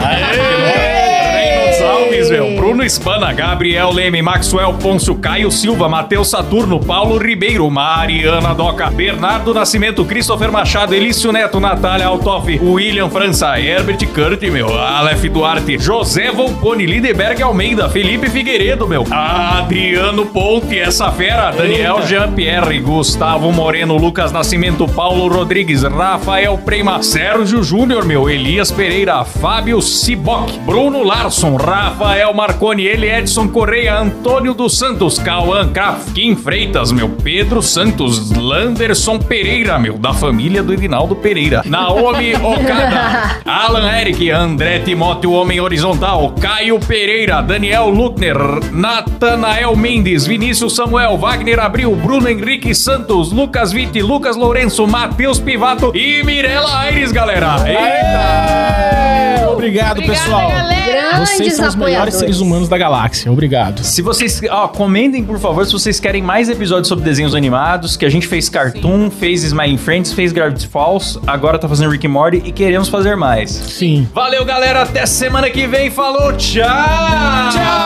S2: Reynolds Alves, meu. Bruno Espana, Gabriel Leme, Maxwell Ponço, Caio Silva, Matheus Saturno, Paulo Ribeiro, Mariana Doca, Bernardo Nascimento, Christopher Machado, Elício Neto, Natália Altoff, William França, Herbert Curti, meu. Aleph Duarte, José Volpone, Lindeberg Almeida, Felipe Figueiredo, meu. Adriano Ponte, essa fera, Daniel
S16: Eita.
S2: Jean-Pierre, Gustavo Moreno, Lucas Nascimento, Paulo Rodrigues, Rafael Prema, Sérgio Júnior, meu, Elias Pereira, Fábio Siboc, Bruno Larson, Rafael Marconi, Eli Edson Correia, Antônio dos Santos, Cauã Kim Freitas, meu, Pedro Santos, Landerson Pereira, meu, da família do Edinaldo Pereira, Naomi Okada, Alan Eric, André Timóteo, Homem Horizontal, Caio Pereira, Daniel Luckner, Natanael Mendes, Vinícius Samuel, Wagner Abril, Bruno Henrique Santos, Lucas Vitti, Lucas Lourenço, Matheus Pivato e Mirela Aires, galera. Eita!
S3: Obrigado,
S4: Obrigada,
S3: pessoal.
S4: galera.
S3: Vocês são os melhores
S4: Grandes apoiadores.
S3: seres humanos da galáxia. Obrigado.
S2: Se vocês. Ó, comentem, por favor, se vocês querem mais episódios sobre desenhos animados, que a gente fez Cartoon, fez Smiling Friends, fez Gravity Falls, agora tá fazendo Rick and Morty e queremos fazer mais.
S3: Sim.
S2: Valeu, galera. Até semana que vem. Falou, tchau! Tchau!